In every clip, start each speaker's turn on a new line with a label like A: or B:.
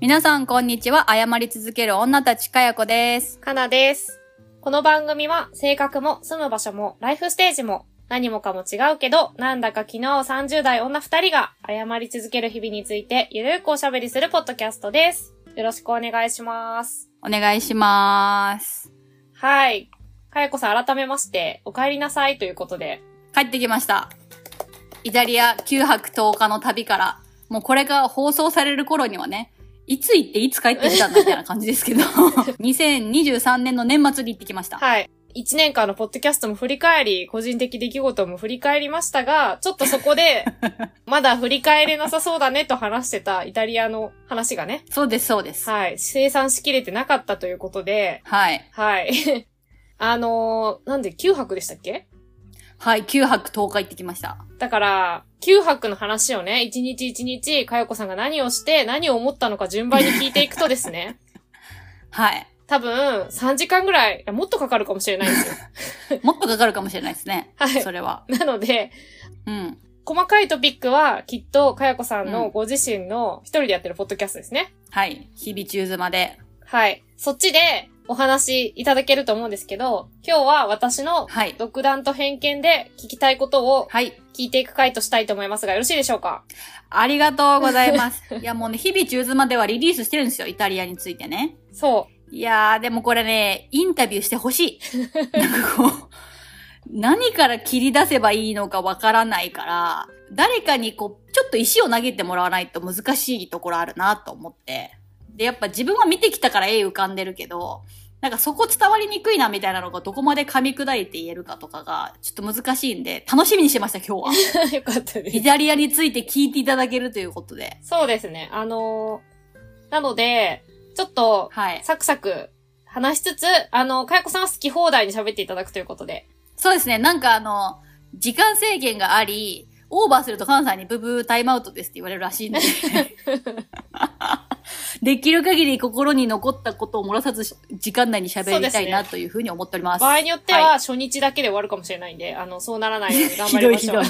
A: 皆さん、こんにちは。謝り続ける女たち、かやこです。
B: かなです。この番組は性格も住む場所もライフステージも何もかも違うけど、なんだか昨日30代女2人が謝り続ける日々についてゆるくおしゃべりするポッドキャストです。よろしくお願いします。
A: お願いします。
B: はい。かやこさん改めまして、お帰りなさいということで。
A: 帰ってきました。イタリア9泊10日の旅から、もうこれが放送される頃にはね、いつ行っていつ帰ってきたんだみたいな感じですけ ど、2023年の年末に行ってきました。
B: はい。1年間のポッドキャストも振り返り、個人的出来事も振り返りましたが、ちょっとそこで、まだ振り返れなさそうだねと話してたイタリアの話がね、
A: そうです、そうです。
B: はい。生産しきれてなかったということで、
A: はい。
B: はい。 あのー、なんで9泊でしたっけ
A: はい、9泊10日行ってきました。
B: だから、9泊の話をね、1日1日、かよこさんが何をして、何を思ったのか順番に聞いていくとですね、
A: はい。
B: 多分、3時間ぐらい、いやもっとかかるかもしれないんですよ。
A: もっとかかるかもしれないですね。
B: はい
A: それは。
B: なので、
A: うん。
B: 細かいトピックは、きっと、かよこさんのご自身の一人でやってるポッドキャストですね。
A: はい。日々中妻で。
B: はい。そっちで、お話いただけると思うんですけど、今日は私の
A: はい。
B: 独断と偏見で聞きたいことを
A: はい。
B: 聞いていく回としたいと思いますが、よろしいでしょうか
A: ありがとうございます。 いや、もうね、日々中妻ではリリースしてるんですよ、イタリアについてね。
B: そう。
A: いやー、でもこれね、インタビューしてほしい。なんかこう、何から切り出せばいいのかわからないから、誰かにこう、ちょっと石を投げてもらわないと難しいところあるなと思って。で、やっぱ自分は見てきたから絵浮かんでるけど、なんかそこ伝わりにくいなみたいなのがどこまで噛み砕いて言えるかとかが、ちょっと難しいんで、楽しみにしてました、今日は。
B: よかったで
A: イ
B: す。
A: タリアについて聞いていただけるということで。
B: そうですね。あのーなので、ちょっと、
A: はい。
B: サクサク話しつつ、あの、かやこさんは好き放題に喋っていただくということで。
A: そうですね。なんかあの、時間制限があり、オーバーすると関西にブブータイムアウトですって言われるらし いんで。できる限り心に残ったことを漏らさず時間内に喋りたいなというふうに思っております。
B: 場合によって
A: は
B: は、初日だけで終わるかもしれないんで、あの、そうならないように頑 張
A: ひどい
B: りま
A: ひ
B: し
A: ど
B: ょう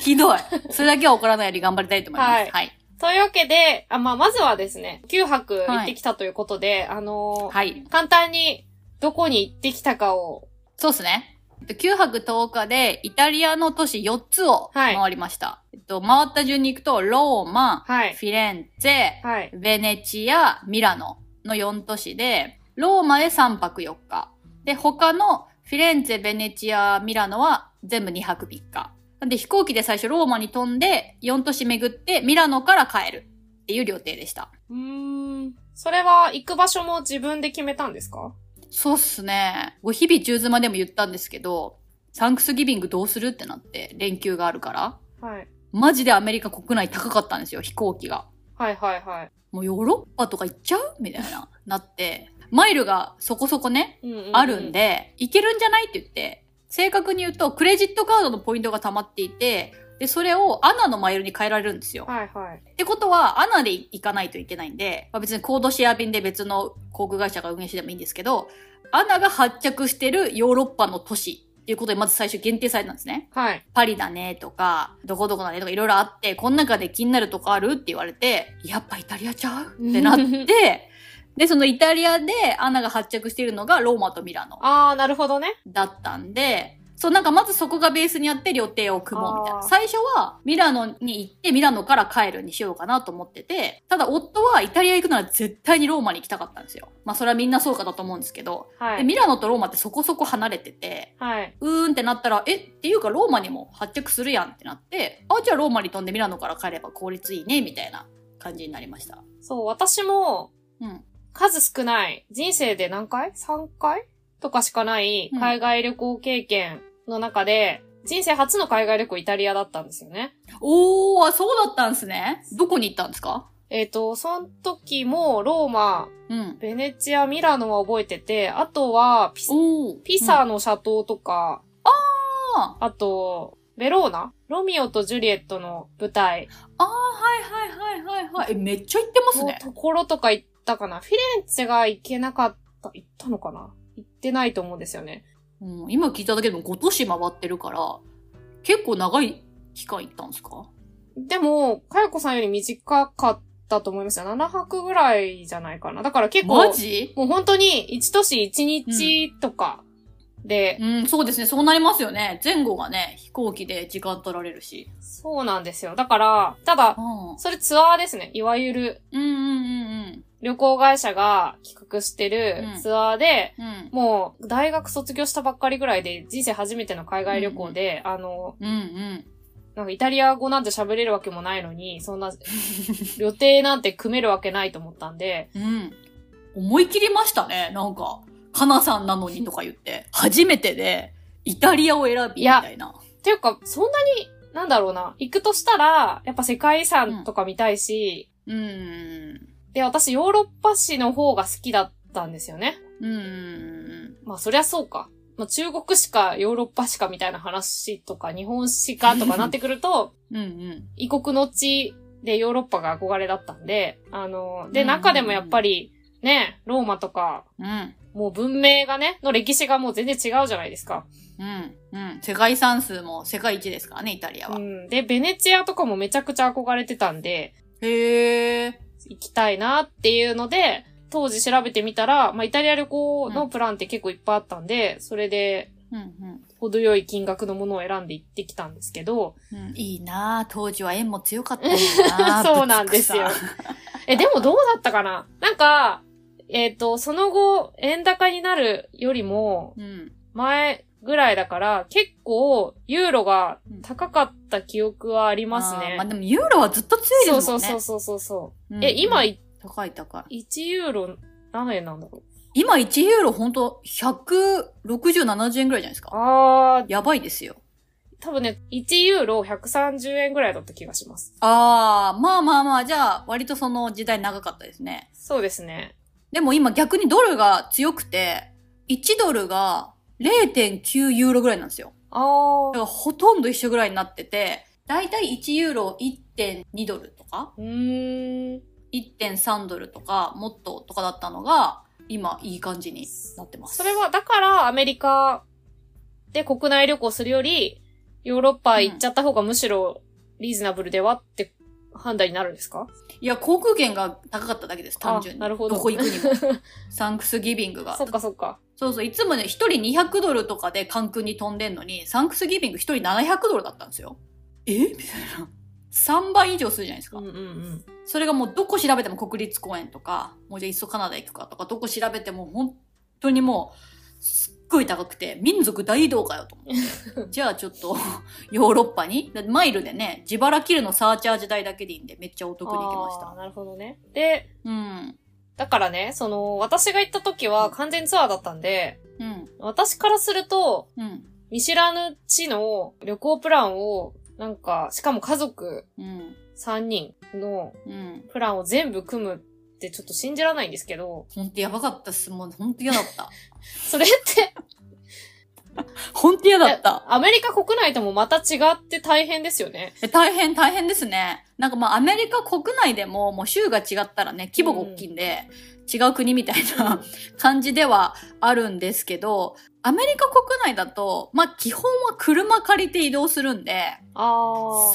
A: い。。ひどい。それだけは怒らないように頑張りたいと思います。は
B: はいい。
A: はい。
B: というわけで、あまあ、まずはですね、9泊行ってきたということで、あのー簡単に、どこに行ってきたかを、
A: そうですね。9泊10日でイタリアの都市4つを回りました。えっと、回った順に行くと、ローマ、
B: はい。
A: フィレンツェ、
B: はい。
A: ベネチア、ミラノの4都市で、ローマで3泊4日。で、他のフィレンツェ、ベネチア、ミラノは全部2泊3日。なんで飛行機で最初ローマに飛んで、4都市巡って、ミラノから帰るっていう旅程でした。
B: うーん。それは、行く場所も自分で決めたんですか
A: そうっすね。ご日々中妻でも言ったんですけど、サンクスギビングどうするってなって、連休があるから。
B: はい。
A: マジでアメリカ国内高かったんですよ、飛行機が。
B: はいはいはい。
A: もうヨーロッパとか行っちゃうみたいな、なって。マイルがそこそこね、
B: うんうう
A: あるん。で、いけるんじゃないって言って、正確に言うと、クレジットカードのポイントが溜まっていて、で、それをアナのマイルに変えられるんですよ。
B: はいはい。
A: ってことは、アナで行かないといけないんで、まあ、別にコードシェア便で別の航空会社が運営してもいいんですけど、アナが発着してるヨーロッパの都市っていうことで、まず最初限定されたんですね。
B: はい。
A: パリだねとか、どこどこだねとかいろいろあって、この中で気になるとこあるって言われて、やっぱイタリアちゃうってな って、で、そのイタリアでアナが発着しているのがローマとミラノ
B: あー、なるほどね。
A: だったんで、そうなんかまずそこがベースにあって旅程を組もうみたいな。
B: あー
A: 最初はミラノに行ってミラノから帰るにしようかなと思ってて、ただ夫はイタリア行くなら絶対にローマに行きたかったんですよ。まあそれはみんなそうかだと思うんですけど、
B: は
A: で
B: い。
A: ミラノとローマってそこそこ離れてて、
B: はい。
A: うーんってなったら、えっていうかローマにも発着するやんってなって、あ、じゃあローマに飛んでミラノから帰れば効率いいね、みたいな感じになりました。
B: そう、私も、
A: うん。
B: 数少ない、人生で何回 ?3 回とかしかない
A: うん
B: 海外旅行経験の中で、人生初の海外旅行イタリアだったんですよね。
A: おー、あ、そうだったんすね。どこに行ったんですか
B: えっ、と、その時も、ローマ、
A: うん。
B: ベネチア、ミラノは覚えてて、あとはピ、
A: おー。
B: ピ
A: うん
B: サの斜塔とか、
A: あ
B: あと、ベローナロミオとジュリエットの舞台
A: あー、はいはいはいはいはい。え、めっちゃ行ってます
B: の
A: ね。
B: ところとか行ったかな。フィレンツェが行けなかった、行ったのかな行ってないと思うんですよね。
A: うん、今聞いただけでも5都市回ってるから、結構長い期間行ったんですか
B: でも、かよこさんより短かっったと思いますよ。7泊ぐらいじゃないかな。だから結構、
A: マジ
B: もう本当に1都市1日とかで、
A: うん、そうですね。そうなりますよね。前後がね、飛行機で時間取られるし。
B: そうなんですよ。だから、ただ
A: う、ん。うん
B: それツアーですね。いわゆる
A: うんうん
B: 旅行会社が企画して
A: う
B: る
A: ん
B: ツアーで、
A: うん。うん。
B: もう大学卒業したばっかりぐらいで人生初めての海外旅行で、あの、
A: うんうん。
B: なんかイタリア語なんて喋れるわけもないのに、そ んな予定なんて組めるわけないと思ったんで、
A: うん。思い切りましたね。なんか、かなさんなのにとか言って、初めてで、イタリアを選び、みたいな。
B: っていうか、そんなに、なんだろうな、行くとしたら、やっぱ世界遺産とか見たいし、
A: うんうん
B: で、私ヨーロッパ史の方が好きだったんですよね。
A: うん。うんうん
B: まあそりゃそうか。まあ中国史かヨーロッパ史かみたいな話とか、日本史かとかなってく ると、
A: うん。うんうん。
B: 異国の地でヨーロッパが憧れだったんで、あの、で、
A: うん
B: 中でもやっぱり、ね、ローマとか、
A: うん。
B: もう文明がね、の歴史がもう全然違うじゃないですか。
A: うん。うん。世界遺産数も世界一ですからね、イタリアは。
B: うん。で、ベネチアとかもめちゃくちゃ憧れてたんで、
A: へえ。
B: 行きたいなっていうので、当時調べてみたら、まあ、イタリア旅行のプランって結構いっぱいあったんで、それで、
A: うんうん。
B: 程よい金額のものを選んで行ってきたんですけど、
A: うん、いいなあ当時は縁も強かったもんなあ
B: そうなんですよ
A: ぶつくさ
B: え、でもどうだったかななんか、えっ、と、その後、円高になるよりも、
A: うん。
B: 前ぐらいだから、結構、ユーロが高かった記憶はあります
A: あー
B: ね。
A: まあでもユーロはずっと強い
B: そう
A: です
B: そ
A: もん
B: う
A: ね。
B: そうそうそうそう。
A: うん
B: え、今、1
A: 高い高い。
B: ユーロ何円なんだろう
A: 今1ユーロほんと160、70円ぐらいじゃないですか。
B: あー、
A: やばいですよ。
B: 多分ね、1ユーロ130円ぐらいだった気がします。
A: ああ、まあまあまあ、じゃあ割とその時代長かったですね。
B: そうですね。
A: でも今逆にドルが強くて、1ドルが0.9ユーロぐらいなんですよ。
B: あ
A: だからほとんど一緒ぐらいになってて、だいたい1ユーロ1.2ドルとか
B: うーん。
A: 1.3ドルとか、もっととかだったのが、今いい感じになってます。
B: それは、だからアメリカで国内旅行するより、ヨーロッパ行っちゃった方がむしろリーズナブルではって判断になるんですか
A: いや、航空券が高かっただけです、単純に。
B: あなるほど
A: こ行く にも。サンクスギビングが。
B: そっかそっか。
A: そうそう、いつもね、一人200ドルとかで関空に飛んでんのに、サンクスギビング一人700ドルだったんですよ。えみたいな。3倍以上するじゃないですか。
B: うんうん
A: それがもうどこ調べても国立公園とか、もうじゃあいっそカナダ行くかとか、どこ調べても本当にもう、すっごい高くて、民族大移動かよと思 って。じゃあちょっと、ヨーロッパに、だってマイルでね、自腹切るのサーチャー時代だけでいいんで、めっちゃお
B: うん。
A: 得に行きまし
B: あー
A: た。
B: なるほどね。で、
A: うん。
B: だからね、その、私が行った時は完全ツアーだったんで、
A: うん。
B: 私からすると、
A: うん。
B: 見知らぬ地の旅行プランを、なんか、しかも家族
A: うん。
B: 3人の
A: うん。
B: プランを全部組むってちょっと信じらないんですけど、
A: ほんとやばかったっす。もうほんと嫌だった。
B: それって、
A: ほんと嫌だった。
B: アメリカ国内ともまた違って大変ですよね。
A: え大変大変ですね。なんかまあアメリカ国内でももう州が違ったらね、規模が大きいんで、違う国みたいな感じではあるんですけど、アメリカ国内だと、まあ基本は車借りて移動するんで、
B: あ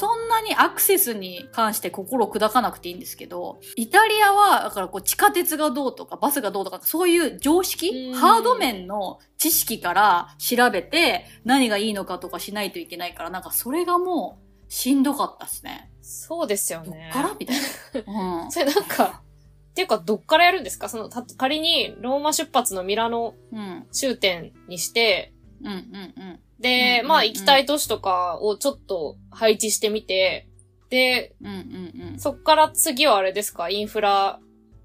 A: そんなにアクセスに関して心を砕かなくていいんですけど、イタリアは、だからこう地下鉄がどうとかバスがどうとか、そういう常識、
B: うん
A: ハード面の知識から調べて何がいいのかとかしないといけないから、なんかそれがもうしんどかったですね。
B: そうですよ
A: どっ
B: ね。
A: からみたい な。うん。
B: それなんか、っていうかどっからやるんですかその、た仮にローマ出発のミラノ
A: うん。
B: 終点にして、
A: うん。うん。うん。うんうん
B: で、
A: うん
B: まあ行きたい都市とかをちょっと配置してみて、で、
A: うん。うん。うん。
B: そっから次はあれですかインフラ、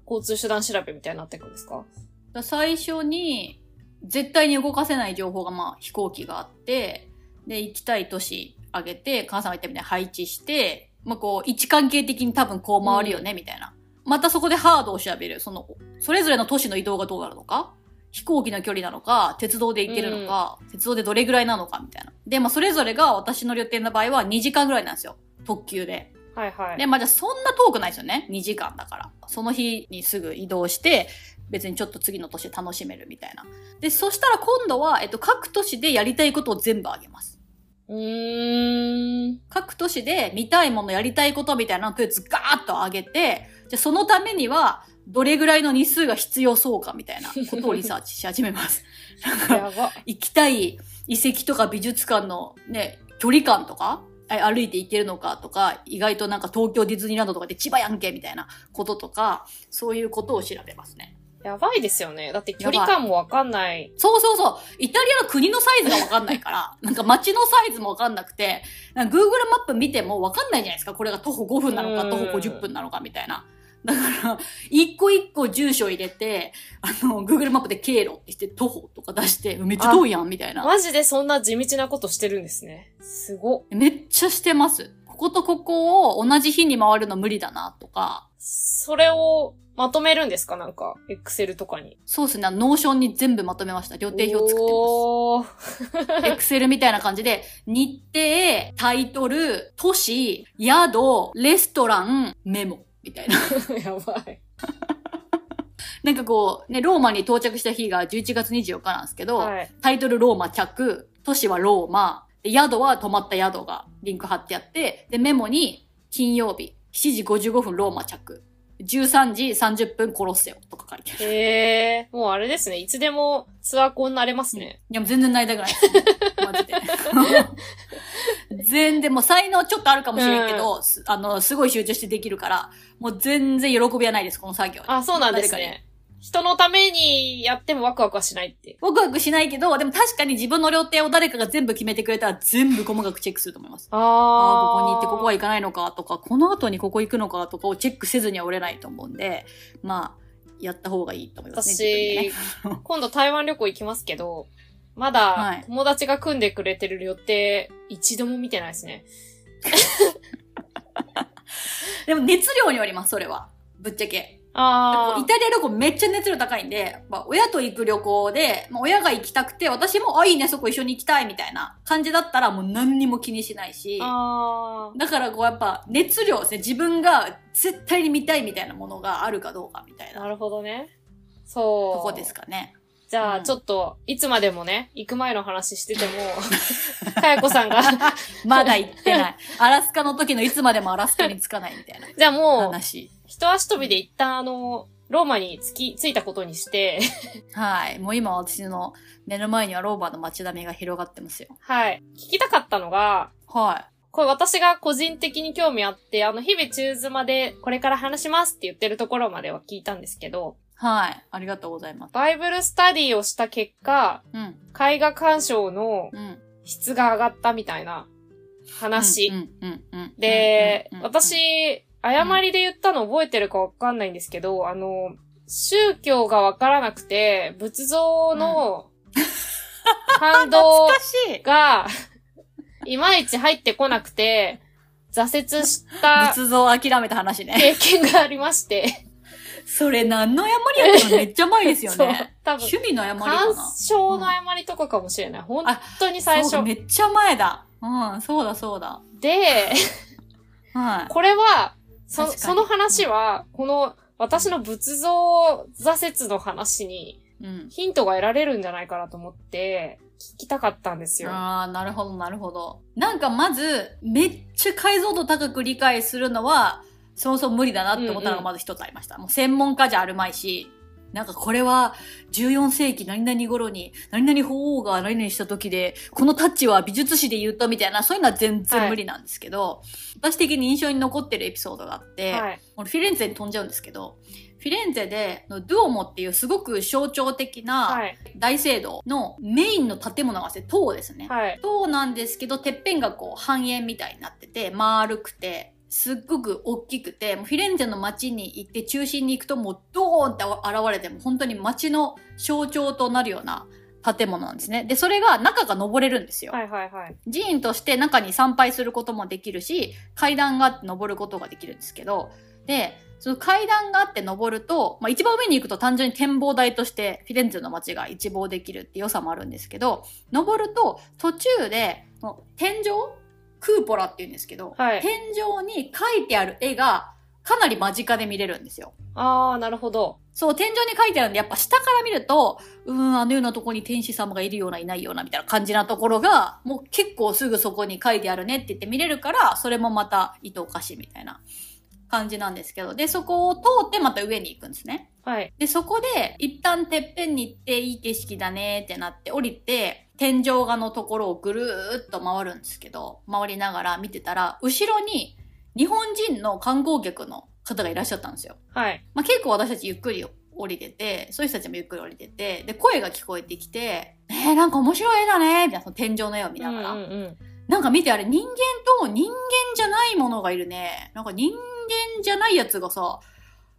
B: 交通手段調べみたいになっていくんですか
A: だ最初に絶対に動かせない情報がまあ飛行機があってで行きたい都市上げて母さんが言ったみたいに配置して、まあ、こう位置関係的に多分こう回るよねみたいな、またそこでハードを調べるそのそれぞれの都市の移動がどうなるのか飛行機の距離なのか鉄道で行けるのか、鉄道でどれぐらいなのかみたいなで、まあ、それぞれが私の予定の場合は2時間ぐらいなんですよ特急で。
B: はいはい。
A: で、まあじゃあそんな遠くないですよね。2時間だから。その日にすぐ移動して、別にちょっと次の年楽しめるみたいな。で、そしたら今度は、えっと、各都市でやりたいことを全部あげます。
B: うーん。
A: 各都市で見たいもの、やりたいことみたいなのをとりあえずガーッとあげて、じゃあそのためには、どれぐらいの日数が必要そうかみたいなことをリサーチし始めます。なんか
B: やば。
A: 行きたい遺跡とか美術館のね、距離感とか、え歩いて行けるのかとか、意外となんか東京ディズニーランドとかで千葉やんけみたいなこととか、そういうことを調べますね。
B: やばいですよね。だって距離感もわかんない。
A: そうそうそう。イタリアの国のサイズがわかんないから、 なんか街のサイズもわかんなくて、なんか Google マップ見てもわかんないじゃないですか。これが徒歩5分なの
B: う
A: か、
B: ん
A: 徒歩50分なのかみたいな。だから、一個一個住所入れて、あの、Google マップで経路ってして徒歩とか出して、めっちゃ遠いやんみたいな。
B: マジでそんな地道なことしてるんですね。すごっ。
A: めっちゃしてます。こことここを同じ日に回るの無理だなとか、
B: それをまとめるんですかなんか、エクセルとかに。
A: そうですね、ノーションに全部まとめました。予定表作
B: おー
A: ってます。エクセルみたいな感じで、日程、タイトル、都市、宿、レストラン、メモ。みたいな。
B: やばい。
A: なんかこう、ね、ローマに到着した日が11月24日なんですけど、
B: はい。
A: タイトルローマ着、都市はローマ、で宿は泊まった宿がリンク貼ってあって、で、メモに金曜日7時55分ローマ着、13時30分コロッセオとか書いてある。
B: えー、もうあれですね。いつでもツアーコンになれますね。
A: いや、もう全然なりたくない です。マジで。全然、もう才能ちょっとあるかもしれんけど、すあの、すごい集中してできるから、もう全然喜びはないです、この作業に。
B: あ、そうなんです
A: 誰か
B: ね。人のためにやってもワクワクはしないって。
A: ワクワクしないけど、でも確かに自分の料亭を誰かが全部決めてくれたら全部細かくチェックすると思います。
B: あ
A: あ
B: あ
A: あ、ここに行って、ここは行かないのかとか、この後にここ行くのかとかをチェックせずには折れないと思うんで、まあ、やった方がいいと思いますね。自分で
B: 私
A: ね、
B: 今度台湾旅行行きますけど、まだ
A: い
B: 友達が組んでくれてる予定、一度も見てないですね。
A: でも熱量によります、それは。ぶっちゃけ。
B: あ
A: イ
B: あ。
A: タリア旅行めっちゃ熱量高いんで、まあ、親と行く旅行で、まあ、親が行きたくて、私も、あ、いいね、そこ一緒に行きたいみたいな感じだったら、もう何にも気にしないし。
B: あ
A: だからこうやっぱ熱量ですね。自分が絶対に見たいみたいなものがあるかどうかみたい
B: あ。
A: な
B: な
A: と
B: るほどね。そう。
A: こですかね。
B: じゃあ、
A: うん
B: ちょっと、いつまでもね、行く前の話してても、 かやこさんが、
A: まだ行ってない。アラスカの時のいつまでもアラスカに着かないみたいな
B: じゃあもう、
A: 話。
B: 一足飛びで一旦あの、ローマに着き、着いたことにして、
A: はい。もう今私の目の前にはローバーの街並みが広がってますよ。
B: はい。聞きたかったのが、
A: は
B: これ私が個人的に興味あって、あの、日々中妻でこれから話しますって言ってるところまでは聞いたんですけど、
A: い。はい。ありがとうございます。
B: バイブルスタディをした結果、
A: うん。
B: 絵画鑑賞の
A: うん。
B: 質が上がったみたいな話。
A: うん。うん。うん。
B: で、
A: うん、
B: 私、誤りで言ったの覚えてるかわかんないんですけど、あの、宗教がわからなくて、仏像の感動
A: 難しい。
B: が、いまいち入ってこなくて、挫折した
A: 仏像諦めた話ね。
B: 経験がありまして。
A: それ何の誤りやったのめっちゃ前ですよ
B: そう
A: ね。。
B: 多分、
A: 趣味の誤りか
B: 鑑
A: な。
B: 賞の誤りとかかもしれない。本当に最
A: そうだ
B: 初。
A: めっちゃ前だ。うん、そうだそうだ。
B: で、
A: はい。
B: これは、そ
A: 確かに
B: その話は、この、私の仏像挫折の話に
A: うん。
B: ヒントが得られるんじゃないかなと思って、聞きたかったんですよ。
A: ああ、なるほど、なるほど。なんかまず、めっちゃ解像度高く理解するのは、そもそも無理だなって思ったの
B: う
A: が
B: んうん
A: まず一つありました。もう専門家じゃあるまいし、なんかこれは14世紀何々頃に、何々法王が何々した時で、このタッチは美術史で言うとみたいな、そういうのは全然無理なんですけど、私的に印象に残ってるエピソードがあって、
B: はい。
A: 俺フィレンツェに飛んじゃうんですけど、フィレンツェで、あのドゥオモっていうすごく象徴的な
B: はい。
A: 大聖堂のメインの建物がですね、塔ですね。
B: はい。
A: 塔なんですけど、てっぺんがこう半円みたいになってて、丸くて、すっごく大きくて、もうフィレンツェの街に行って中心に行くともうドーンって現れて、もう本当に街の象徴となるような建物なんですね。で、それが中が登れるんですよ。
B: はい。はい。はい。
A: 寺院として中に参拝することもできるし階段があって登ることができるんですけどでその階段があって登ると、まあ、一番上に行くと単純に展望台としてフィレンツェの街が一望できるって良さもあるんですけど登ると途中でその天井クーポラっていうんですけど、
B: はい
A: 天井に描いてある絵がかなり間近で見れるんですよ。
B: あー、なるほど。
A: そう、天井に書いてあるんで、やっぱ下から見ると、うーん、あのようなとこに天使様がいるような、いないような、みたいな感じなところが、もう結構すぐそこに書いてあるねって言って見れるから、それもまた、いとおかしいみたいな感じなんですけど、で、そこを通ってまた上に行くんですね。
B: はい。
A: で、そこで、一旦てっぺんに行って、いい景色だねってなって、降りて、天井画のところをぐるーっと回るんですけど、回りながら見てたら、後ろに日本人の観光客の方がいらっしゃったんですよ。
B: はい。
A: まあ、結構私たちゆっくり降りてて、そういう人たちもゆっくり降りてて、で、声が聞こえてきて、えー、なんか面白い絵だねみたいな、その天井の絵を見ながら。
B: うんうんうん
A: なんか見てあれ、人間と人間じゃないものがいるね。なんか人間じゃないやつがさ、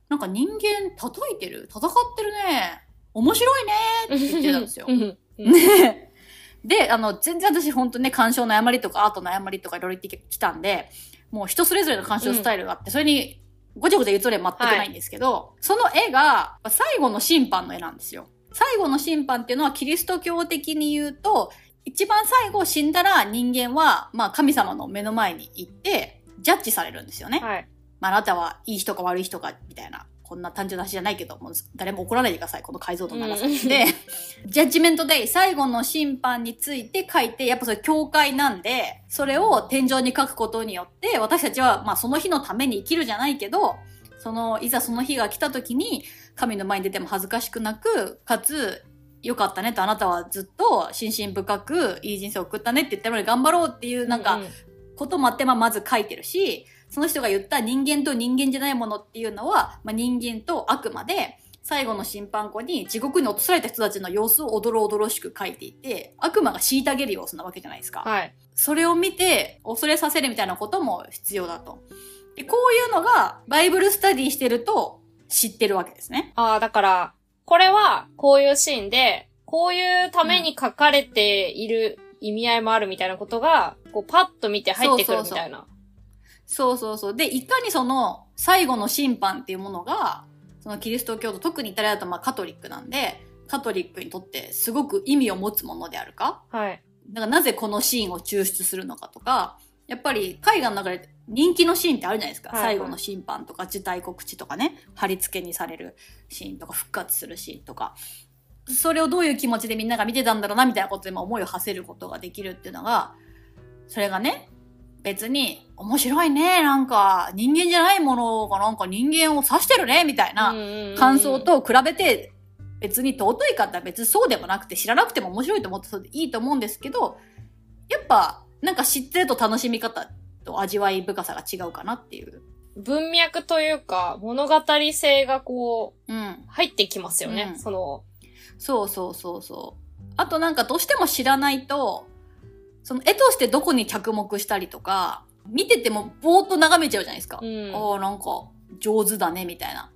A: なんか人間叩いてる戦ってるね。面白いねって 言ってたん ですよ
B: う。んうん
A: ねで、あの、全然私本当ね、鑑賞の誤りとかアートの誤りとかいろいろ言ってきたんで、もう人それぞれの鑑賞スタイルがあって、それにごちゃごちゃ言うつもりは全くないんですけど、その絵が最後の審判の絵なんですよ。最後の審判っていうのはキリスト教的に言うと、一番最後死んだら人間は、まあ神様の目の前に行って、ジャッジされるんですよね。
B: はい。
A: まあ、あなたはいい人か悪い人か、みたいな。こんな単純な話じゃないけど、もう誰も怒らないでください、この解像度の長さ。
B: うん
A: で、 ジャッジメントデイ、最後の審判について書いて、やっぱそれ教会なんで、それを天井に書くことによって、私たちは、まあその日のために生きるじゃないけど、その、いざその日が来た時に、神の前に出ても恥ずかしくなく、かつ、よかったねと、あなたはずっと心身深く、いい人生を送ったねって言ったので頑張ろうっていう、 なんか、
B: う
A: こともあって、まあ、まず書いてるし、その人が言った人間と人間じゃないものっていうのは、まあ、人間と悪魔で、最後の審判後に地獄に落とされた人たちの様子をおどろおどろしく書いていて、悪魔が虐げる様子なわけじゃないですか。
B: はい。
A: それを見て、恐れさせるみたいなことも必要だと。で、こういうのが、バイブルスタディしてると知ってるわけですね。
B: ああ、だから、これは、こういうシーンで、こういうために書かれている意味合いもあるみたいなことが、こう、パッと見て入ってくるみたいな。
A: そうそうそう。で、いかにその最後の審判っていうものが、そのキリスト教徒、特にイタリアだとまあカトリックなんで、カトリックにとってすごく意味を持つものであるか、
B: はい。
A: だからなぜこのシーンを抽出するのかとか、やっぱり絵画の中で人気のシーンってあるじゃないですか。
B: はいはい
A: 最後の審判とか、受胎告知とかね、貼り付けにされるシーンとか、復活するシーンとか、それをどういう気持ちでみんなが見てたんだろうな、みたいなことでまあ思いを馳せることができるっていうのが、それがね、別に面白いね、なんか人間じゃないものがなんか人間を指してるね、みたいな、感想、と比べて別に尊い方は別にそうでもなくて知らなくても面白いと思ってそれでいいと思うんですけどやっぱなんか知ってると楽しみ方と味わい深さが違うかなっていう。
B: 文脈というか、物語性がこう、
A: うん。
B: 入ってきますよね。
A: うん
B: その、
A: そうそうそうそう。あとなんかどうしても知らないとその絵としてどこに着目したりとか見ててもぼーっと眺めちゃうじゃないですか。
B: うん。
A: ああ、なんか、上手だね、みたいな。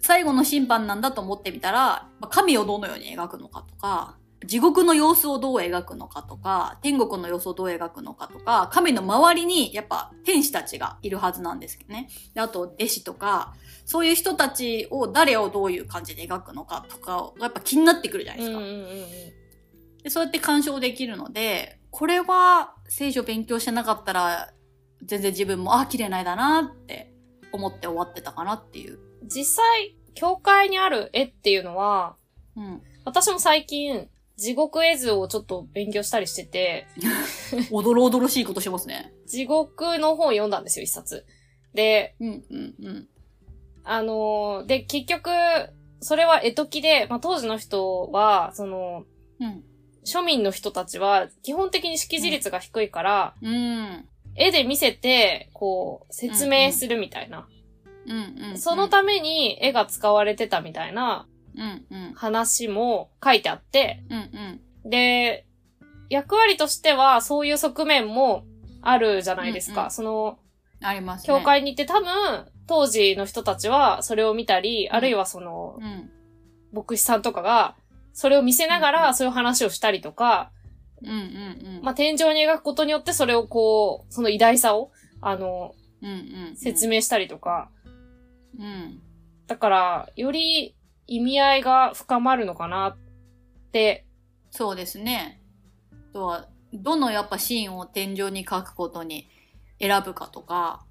A: 最後の審判なんだと思ってみたら、まあ神をどのように描くのかとか、地獄の様子をどう描くのかとか、天国の様子をどう描くのかとか、神の周りにやっぱ天使たちがいるはずなんですけどね。であと、弟子とか、そういう人たちを誰をどういう感じで描くのかとか、やっぱ気になってくるじゃない
B: う
A: です
B: んうん
A: か。
B: うんうん。
A: でそうやって鑑賞できるので、これは聖書勉強してなかったら、全然自分も、あ、綺麗な絵だなって思って終わってたかなっていう。
B: 実際、教会にある絵っていうのは、
A: うん。
B: 私も最近、地獄絵図をちょっと勉強したりしてて、
A: おどろおどろしいことしますね。
B: 地獄の本を読んだんですよ、一冊。で、
A: うん、うん、うん。
B: あのーで、結局、それは絵解きで、まあ、当時の人は、その、
A: うん。
B: 庶民の人たちは、基本的に識字率が低いから、
A: うん。
B: 絵で見せて、こう、説明するみたいな。
A: うん、うん。
B: その、ために絵が使われてたみたいな
A: うん、うん。
B: 話も書いてあって、
A: うん、うん。
B: で、役割としては、そういう側面もあるじゃないですか。
A: うんうん
B: その、
A: ありますね。
B: 教。会に行って多分、当時の人たちは、それを見たり、あるいはその、
A: うん。
B: 牧師さんとかが、それを見せなが
A: うんう
B: らそういう話をしたりとか、
A: うん、うん、うん。
B: まあ、天井に描くことによってそれをこう、その偉大さを、あの、
A: うん、うん。
B: 説。明したりとか、
A: うん。
B: だから、より意味合いが深まるのかなって、
A: そうですね。あとは、どのやっぱシーンを天井に描くことに選ぶかとか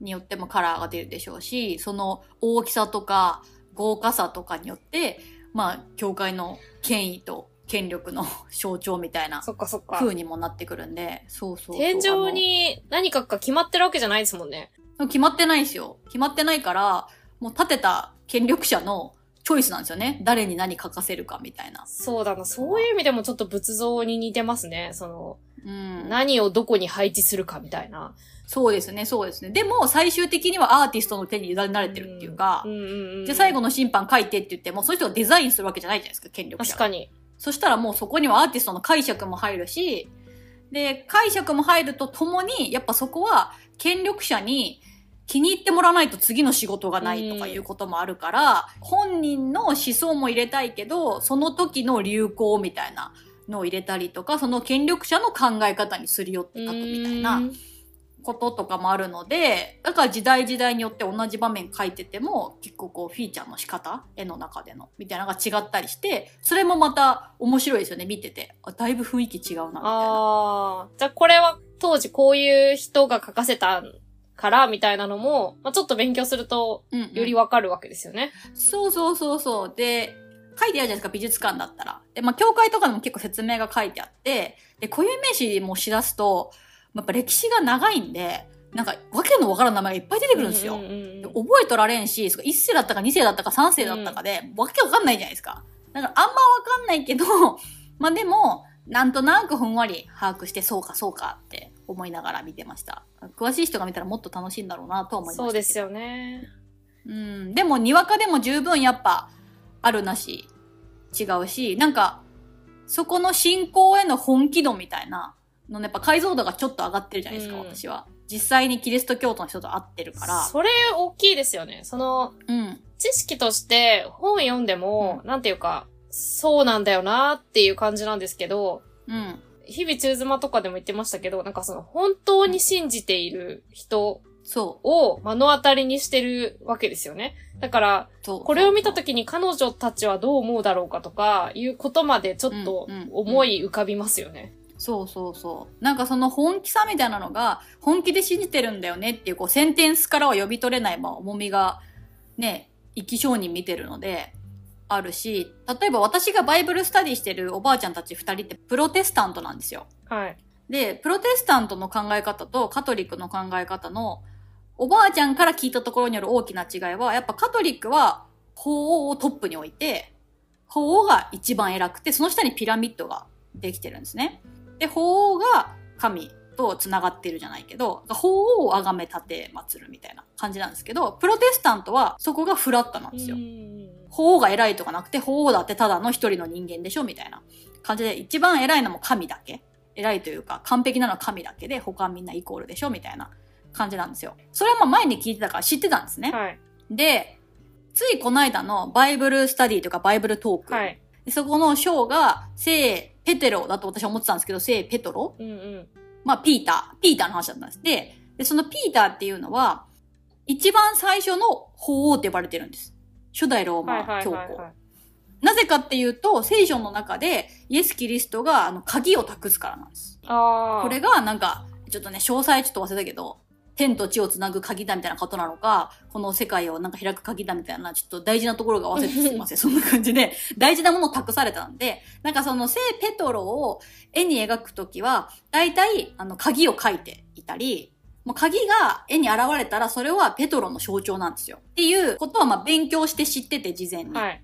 A: によってもカラーが出るでしょうし、その大きさとか豪華さとかによって、まあ、教会の権威と権力の象徴みたいな
B: そっかそっか。
A: 風にもなってくるんで、そうそうそう
B: 天井に何かが決まってるわけじゃないですもんね。
A: 決まってないんですよ。決まってないから、もう立てた権力者のチョイスなんですよね。誰に何書かせるかみたいな。
B: そうだな。そういう意味でもちょっと仏像に似てますね。その、
A: うん。
B: 何をどこに配置するかみたいな。
A: そうですね、そうですね。でも、最終的にはアーティストの手に委ねられてるっていうか
B: うん、うんうん。
A: じゃあ最後の審判書いてって言っても、その人がデザインするわけじゃないじゃないですか、権力者
B: 確
A: が。
B: かに。
A: そしたらもうそこにはアーティストの解釈も入るし、で、解釈も入るとともに、やっぱそこは権力者に気に入ってもらわないと次の仕事がないとかいうこともあるから、本人の思想も入れたいけど、その時の流行みたいなのを入れたりとか、その権力者の考え方にすり寄って書くみたいな。
B: うん
A: こととかもあるので、だから時代時代によって同じ場面書いてても、結構こうフィーチャーの仕方、絵の中での、みたいなのが違ったりして、それもまた面白いですよね、見てて。あ、だいぶ雰囲気違うな、みたいな。
B: ああ。じゃあこれは当時こういう人が書かせたからみたいなのも、まあ、ちょっと勉強すると
A: うん、
B: よりわかるわけですよね。
A: そうそうそうそう。で、書いてあるじゃないですか、美術館だったら。で、まあ、教会とかでも結構説明が書いてあって、で、固有名詞もしだすと、まあやっぱ歴史が長いんで、なんか、わけのわからん名前がいっぱい出てくるんですよ。
B: うううん
A: で覚えとられんし、そ1世だったか2世だったか3世だったかで、わけわかんないじゃないですか。だからあんまわかんないけど、 まあでも、なんとなくふんわり把握して、そうかそうかって思いながら見てました。詳しい人が見たらもっと楽しいんだろうなとは思いましたけど。
B: そうです。よね。
A: うん。でも、にわかでも十分やっぱ、あるなし、違うし、なんか、そこの信仰への本気度みたいなのね、やっぱ解像度がちょっと上がってるじゃないですか、
B: うん
A: 私は。実際にキリスト教徒の人と会ってるから。
B: それ大きいですよね。その、
A: うん。
B: 知識として本読んでも、なんていうか、そうなんだよなっていう感じなんですけど、
A: うん。
B: 日々中妻とかでも言ってましたけど、なんかその本当に信じている人
A: そう。
B: を目の当たりにしてるわけですよね。だから、
A: そう
B: これを見た時に彼女たちはどう思うだろうかとか、いうことまでちょっと
A: うんうん
B: 思い浮かびますよね。
A: そうそうそう。なんかその本気さみたいなのが、本気で信じてるんだよねっていう、こう、センテンスからは呼び取れない、まあ、重みが、ね、生き証人見てるので、あるし、例えば私がバイブルスタディしてるおばあちゃんたち二人って、プロテスタントなんですよ。
B: はい。
A: で、プロテスタントの考え方とカトリックの考え方の、おばあちゃんから聞いたところによる大きな違いは、やっぱカトリックは法王をトップに置いて、法王が一番偉くて、その下にピラミッドができてるんですね。で、法王が神と繋がってるじゃないけど、法王を崇め立て祀るみたいな感じなんですけど、プロテスタントはそこがフラットなんですよ
B: う。ん
A: 法王が偉いとかなくて、法王だってただの一人の人間でしょみたいな感じで、一番偉いのも神だけ。偉いというか、完璧なのは神だけで、他はみんなイコールでしょみたいな感じなんですよ。それはまあ前に聞いてたから知ってたんですね。
B: はい。
A: で、ついこの間のバイブルスタディとかバイブルトーク。
B: はい。
A: でそこの章が、聖ペテロだと私は思ってたんですけど、聖ペトロ
B: うんうん。
A: まあ、ピーター、ピーターの話だったんです。で、でそのピーターっていうのは、一番最初の法王って呼ばれてるんです。初代ロー
B: はいは
A: マ
B: い
A: 教
B: はい
A: 皇
B: は。い。
A: なぜかっていうと、聖書の中でイエス・キリストがあの鍵を託すからなんです。
B: ああ。
A: これがなんか、ちょっとね、詳細ちょっと忘れたけど、天と地をつなぐ鍵だみたいなことなのか、この世界をなんか開く鍵だみたいな、ちょっと大事なところが忘れてすいません。そんな感じで、大事なものを託されたんで、なんかその聖ペトロを絵に描くときは、大体、あの、鍵を描いていたり、もう鍵が絵に現れたら、それはペトロの象徴なんですよ。っていうことは、まあ、勉強して知ってて、事前に。
B: はい。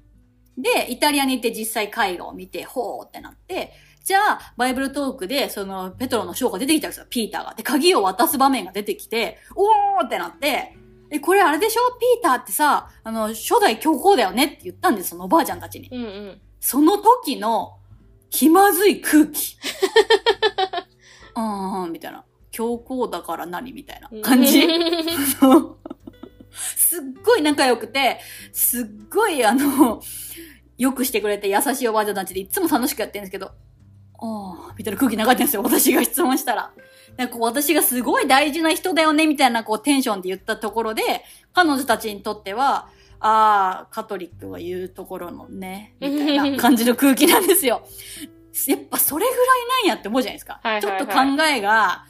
A: で、イタリアに行って実際絵画を見て、ほーってなって、じゃあ、バイブルトークで、その、ペトロの章が出てきたんですよ、ピーターが。で、鍵を渡す場面が出てきて、おーってなって、え、これあれでしょピーターってさ、あの、初代教皇だよねって言ったんです、そのおばあちゃんたちに。
B: うんうん。
A: その時の、気まずい空気。うーん、みたいな。教皇だから何みたいな感 じ。すっごい仲良くて、すっごいあの、よくしてくれて優しいおばあちゃんたちでいつも楽しくやってるんですけど、ああ、みたいな空気流れてるんですよ、私が質問したら。なんかこう私がすごい大事な人だよね、みたいなこうテンションで言ったところで、彼女たちにとっては、ああ、カトリックが言うところのね、みたいな感じの空気なんですよ。やっぱそれぐらいなんやって思うじゃないですか。
B: はいはいはい
A: ちょっと考えが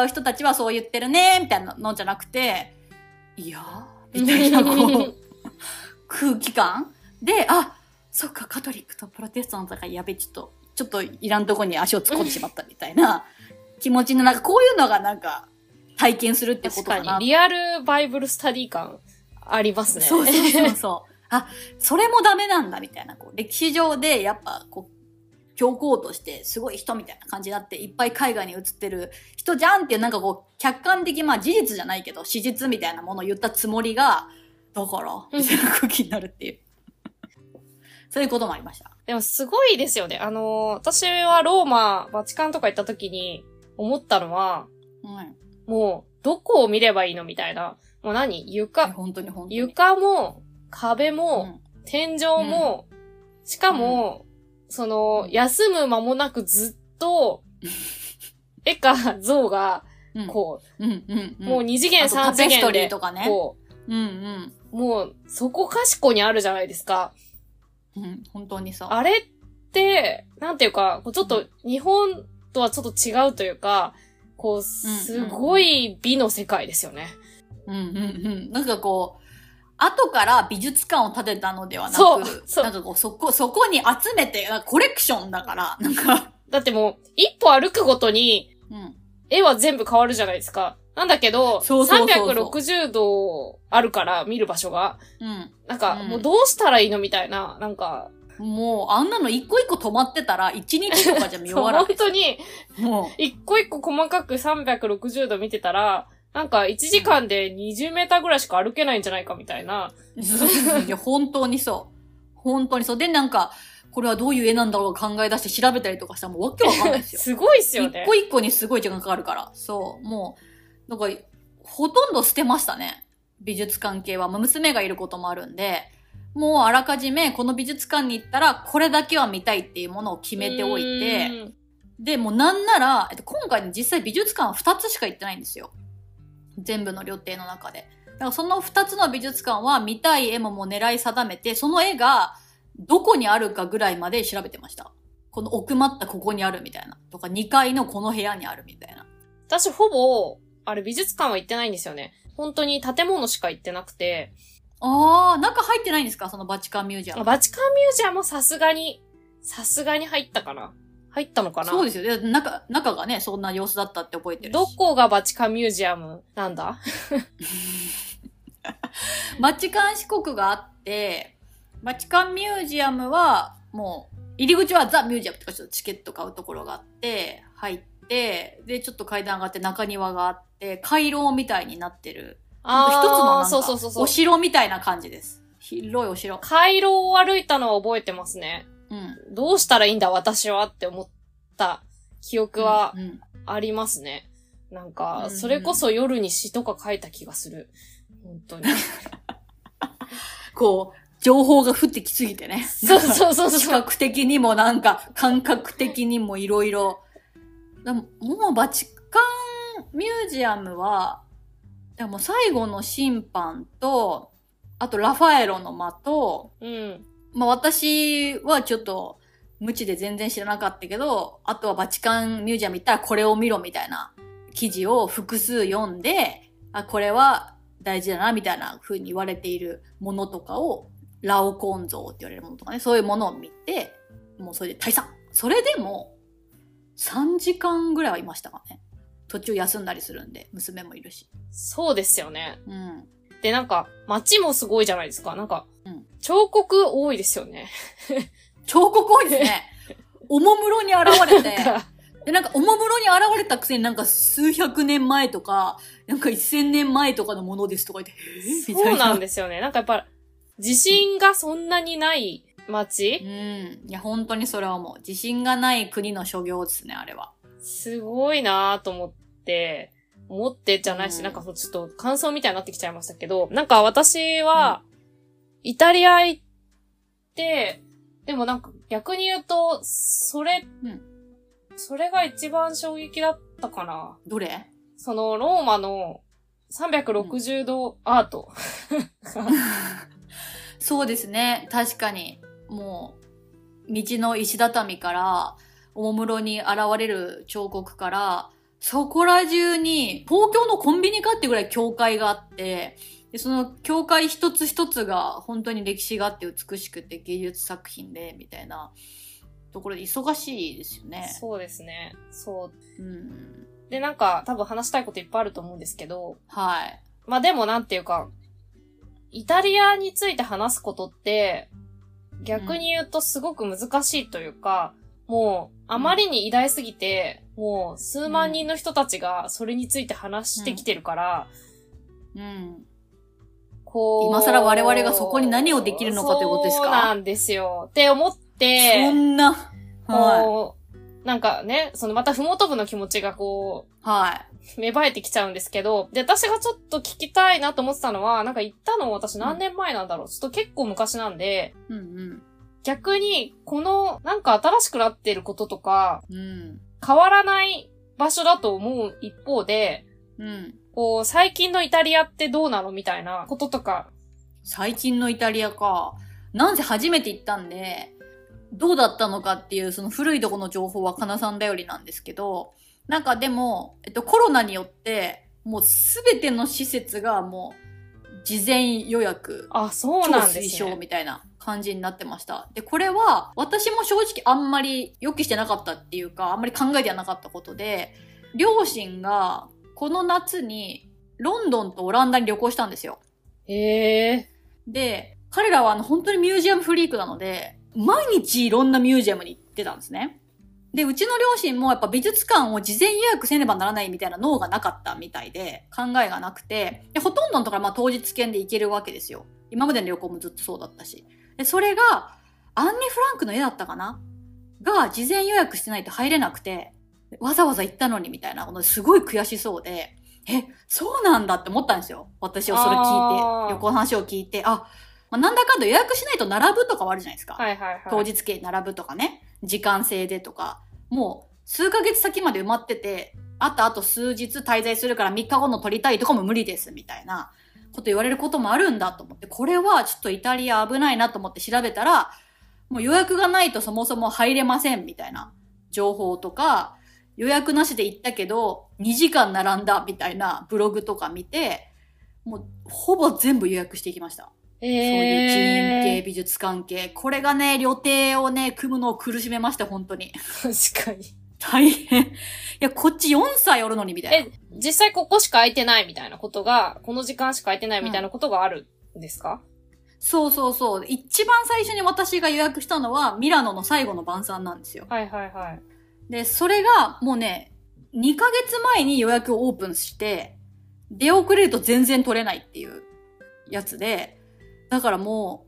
A: 違う人たちはそう言ってるね、みたいなのじゃなくて、いやー、みたい なこう、空気感で、あ、そっか、カトリックとプロテスタントだからやべ、ちょっと、ちょっといらんとこに足を突っ込んでしまったみたいな気持ちの、なんかこういうのがなんか、体験するってこと
B: 確
A: かな
B: かに、リアルバイブルスタディ感ありますね。
A: そうそうそうそう。 あ、それもダメなんだみたいな、こう、歴史上でやっぱ、こう、教皇としてすごい人みたいな感じになって、いっぱい海外に移ってる人じゃんっていう、なんかこう、客観的、まあ事実じゃないけど、史実みたいなものを言ったつもりが、だから、 みたいな空気になるっていう。そういうこともありました。
B: でもすごいですよね。あの、私はローマ、バチカンとか行った時に思ったのは、
A: うん。
B: もう、どこを見ればいいのみたいな。もう何床、
A: 本当に本当に。
B: 床も、壁
A: う
B: も、
A: ん
B: 天井も、しかも、その、休む間もなくずっ と、絵か像が、
A: うん。
B: こ
A: うんうん
B: う、
A: うん。
B: もう二次元
A: あとタ
B: 三
A: ペ
B: 次
A: スト
B: 元
A: リ
B: で
A: ー、とかね。
B: こ
A: うんうん。
B: う、もう、そこかしこにあるじゃないですか。
A: うん、本当にそう。
B: あれって、なんていうか、こうちょっと日本とはちょっと違うというか、こう、すごい美の世界ですよね。
A: うんうんうん。なんかこう、後から美術館を建てたのではなく、
B: そうそう
A: なんかこう、そこ、そこに集めて、あコレクションだから、なんか、
B: だってもう、一歩歩くごとに、
A: うん。
B: 絵は全部変わるじゃないですか。なんだけど、
A: そうそうそうそう
B: 360度あるから、見る場所が。なんか、
A: うん
B: もうどうしたらいいのみたいな、なんか、
A: うん。もう、あんなの一個一個止まってたら、一日とかじゃ見終
B: そう
A: わら
B: 本
A: ない。
B: 当に、
A: も
B: 一個一個細かく360度見てたら、なんか1時間で20メーターぐらいしか歩けないんじゃないかみたいな。
A: う、いや、本当にそう。本当にそう。で、なんか、これはどういう絵なんだろう考え出して調べたりとかしたら、もうわけわかんないですよ。
B: すごいっすよね
A: 一。個一個にすごい時間かかるから。そう。もう、なんか、ほとんど捨てましたね。美術関係は。まあ、娘がいることもあるんで、もうあらかじめこの美術館に行ったら、これだけは見たいっていうものを決めておいうて、
B: ん、
A: で、もうなんなら、えっと、今回に実際美術館は2つしか行ってないんですよ。全部の旅程の中で。だからその2つの美術館は見たい絵ももう狙い定めて、その絵がどこにあるかぐらいまで調べてました。この奥まったここにあるみたいな。とか2階のこの部屋にあるみたいな。
B: 私ほぼ、あれ美術館は行ってないんですよね。本当に建物しか行ってなくて。
A: あー、中入ってないんですかそのバチカンミュージアム。
B: バチカンミュージアムはさすがに、さすがに入ったかな入ったのかな
A: そうですよ。で中、中がね、そんな様子だったって覚えてるし。
B: どこがバチカンミュージアムなん だ
A: バチカン四国があって、バチカンミュージアムは、もう、入り口はザ・ミュージアムとかちょっとチケット買うところがあって、入って、で、ちょっと階段上がって中庭があって、回廊みたいになってる。一つのなんか
B: そうそうそうそう
A: お。城みたいな感じです。広いお城。
B: 回廊を歩いたのは覚えてますね。
A: うん。
B: どうしたらいいんだ私はって思った記憶は
A: うん、
B: ありますね。なん
A: うんう
B: か、
A: ん
B: それこそ夜に詩とか書いた気がする。本当 に。
A: こう、情報が降ってきすぎてね。
B: そうそうそう
A: 視
B: そう。
A: 覚的にもなんか、感覚的にもいろいろ。でも、もうバチカンミュージアムは、でも最後の審判と、あとラファエロの間と、
B: うん。
A: まあ私はちょっと無知で全然知らなかったけど、あとはバチカンミュージアム行ったらこれを見ろみたいな記事を複数読んで、あ、これは大事だなみたいな風に言われているものとかを、ラオコン像って言われるものとかね、そういうものを見て、もうそれで退散。それでも3時間ぐらいはいましたかね。途中休んだりするんで、娘もいるし。
B: そうですよね。
A: うん。
B: で、なんか、街もすごいじゃないですか。なんか、
A: うん
B: 彫刻多いですよね。
A: 彫刻多いです ね。おもむろに現れて。
B: なんか
A: で、なんか、おもむろに現れたくせになんか数百年前とか、なんか一千年前とかのものですとか言って、えーみた
B: そう
A: いな。
B: なんですよね。なんかやっぱ、自信がそんなにない街
A: うん。いや、本当にそれはもう、自信がない国の所業ですね、あれは。
B: すごいなぁと思って、思ってじゃないし、
A: うん
B: なんかちょっと感想みたいになってきちゃいましたけど、なんか私は、イタリア行って、でもなんか逆に言うと、それ、
A: うん
B: それが一番衝撃だったかな。
A: どれ
B: そのローマの360度アート。
A: そうですね、確かに。もう、道の石畳から、おもむろに現れる彫刻から、そこら中に、東京のコンビニかってぐらい教会があって、でその教会一つ一つが本当に歴史があって美しくて芸術作品で、みたいなところで忙しいですよね。
B: そうですね。そう。
A: うん。
B: で、なんか、多分話したいこといっぱいあると思うんですけど、
A: はい。
B: まあでもなんていうか、イタリアについて話すことって、逆に言うとすごく難しいというか、もう、あまりに偉大すぎて、もう、数万人の人たちがそれについて話してきてるから、
A: うん。
B: こう。
A: 今更我々がそこに何をできるのかということですか
B: そうなんですよ。って思って、
A: そんな。は
B: こう、なんかね、そのまたふもと部の気持ちがこ
A: い。は
B: う、芽生えてきちゃうんですけど、で、私がちょっと聞きたいなと思ってたのは、なんか行ったの私何年前なんだろう、ちょっと結構昔なんで、
A: い。うん
B: 逆に、この、なんか新しくなってることとか、
A: うん。うん。
B: 変わらない場所だと思う一方で、
A: うん。
B: こう、最近のイタリアってどうなのみたいなこととか、
A: 最近のイタリアか。なんせ初めて行ったんで、どうだったのかっていう、その古いとこの情報はかなさん頼りなんですけど、なんかでも、えっと、コロナによって、もうすべての施設がもう、事前予約、
B: あ、そう
A: 超
B: なんで
A: 推
B: す
A: 奨
B: ね。
A: みたいな感じになってました。で、これは、私も正直あんまり予期してなかったっていうか、あんまり考えてはなかったことで、両親が、この夏に、ロンドンとオランダに旅行したんですよ。
B: へえ。
A: で、彼らはあの本当にミュージアムフリークなので、毎日いろんなミュージアムに行ってたんですね。で、うちの両親もやっぱ美術館を事前予約せねばならないみたいな脳がなかったみたいで、考えがなくて、でほとんどのところはまあ当日券で行けるわけですよ。今までの旅行もずっとそうだったし。で、それが、アンニ・フランクの絵だったかなが事前予約してないと入れなくて、わざわざ行ったのにみたいなことですごい悔しそうで、え、そうなんだって思ったんですよ。私をそれ聞い
B: あー
A: て、旅行の話を聞いて、あ、まあ、なんだかんだ予約しないと並ぶとかはあるじゃないですか。
B: はいはいはい。
A: 当日券並ぶとかね、時間制でとか、もう数ヶ月先まで埋まってて、あとあと数日滞在するから3日後の取りたいとかも無理ですみたいなこと言われることもあるんだと思って、これはちょっとイタリア危ないなと思って調べたら、もう予約がないとそもそも入れませんみたいな情報とか、予約なしで行ったけど2時間並んだみたいなブログとか見て、もうほぼ全部予約していきました。そ
B: そう
A: ういう寺院系、美術関係。これがね、旅程をね、組むのを苦しめました、本当に。
B: 確かに。
A: 大変。いや、こっち4歳おるのに、みたいな。
B: え、実際ここしか空いてないみたいなことが、この時間しか空いてないみたいなことがあるんですか、
A: そうそうそう。一番最初に私が予約したのは、ミラノの最後の晩餐なんですよ。
B: はいはいはい。
A: で、それが、もうね、2ヶ月前に予約をオープンして、出遅れると全然取れないっていうやつで、だからも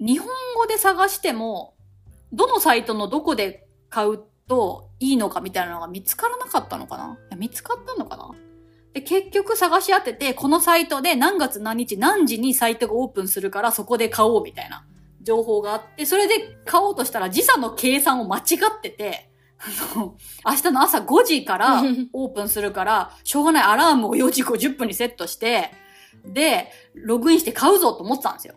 A: う、日本語で探しても、どのサイトのどこで買うといいのかみたいなのが見つからなかったのかないや見つかったのかなで、結局探し当てて、このサイトで何月何日何時にサイトがオープンするからそこで買おうみたいな情報があって、それで買おうとしたら時差の計算を間違ってて、 あの明日の朝5時 からオープンするから、しょうがないアラームを4時50分にセットして、で、ログインして買うぞと思ってたんですよ。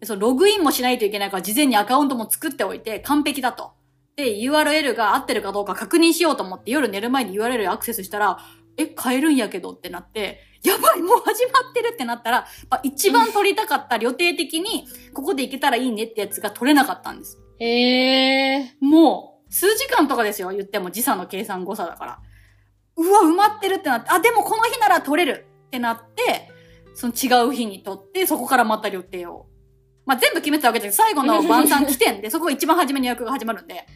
A: でそのログインもしないといけないから、事前にアカウントも作っておいて、完璧だと。で、URL が合ってるかどうか確認しようと思って、夜寝る前に URL にアクセスしたら、え、買えるんやけどってなって、やばいもう始まってるってなったら、まあ一番取りたかった予定的に、ここで行けたらいいねってやつが取れなかったんです。
B: へえ
A: もう、数時間とかですよ、言っても時差の計算誤差だから。うわ、埋まってるってなって、あ、でもこの日なら取れるってなって、その違う日に取って、そこからまた予定を。まあ、全部決めてたわけじゃなくて、最後の晩餐起点で、そこが一番初めに予約が始まるんで、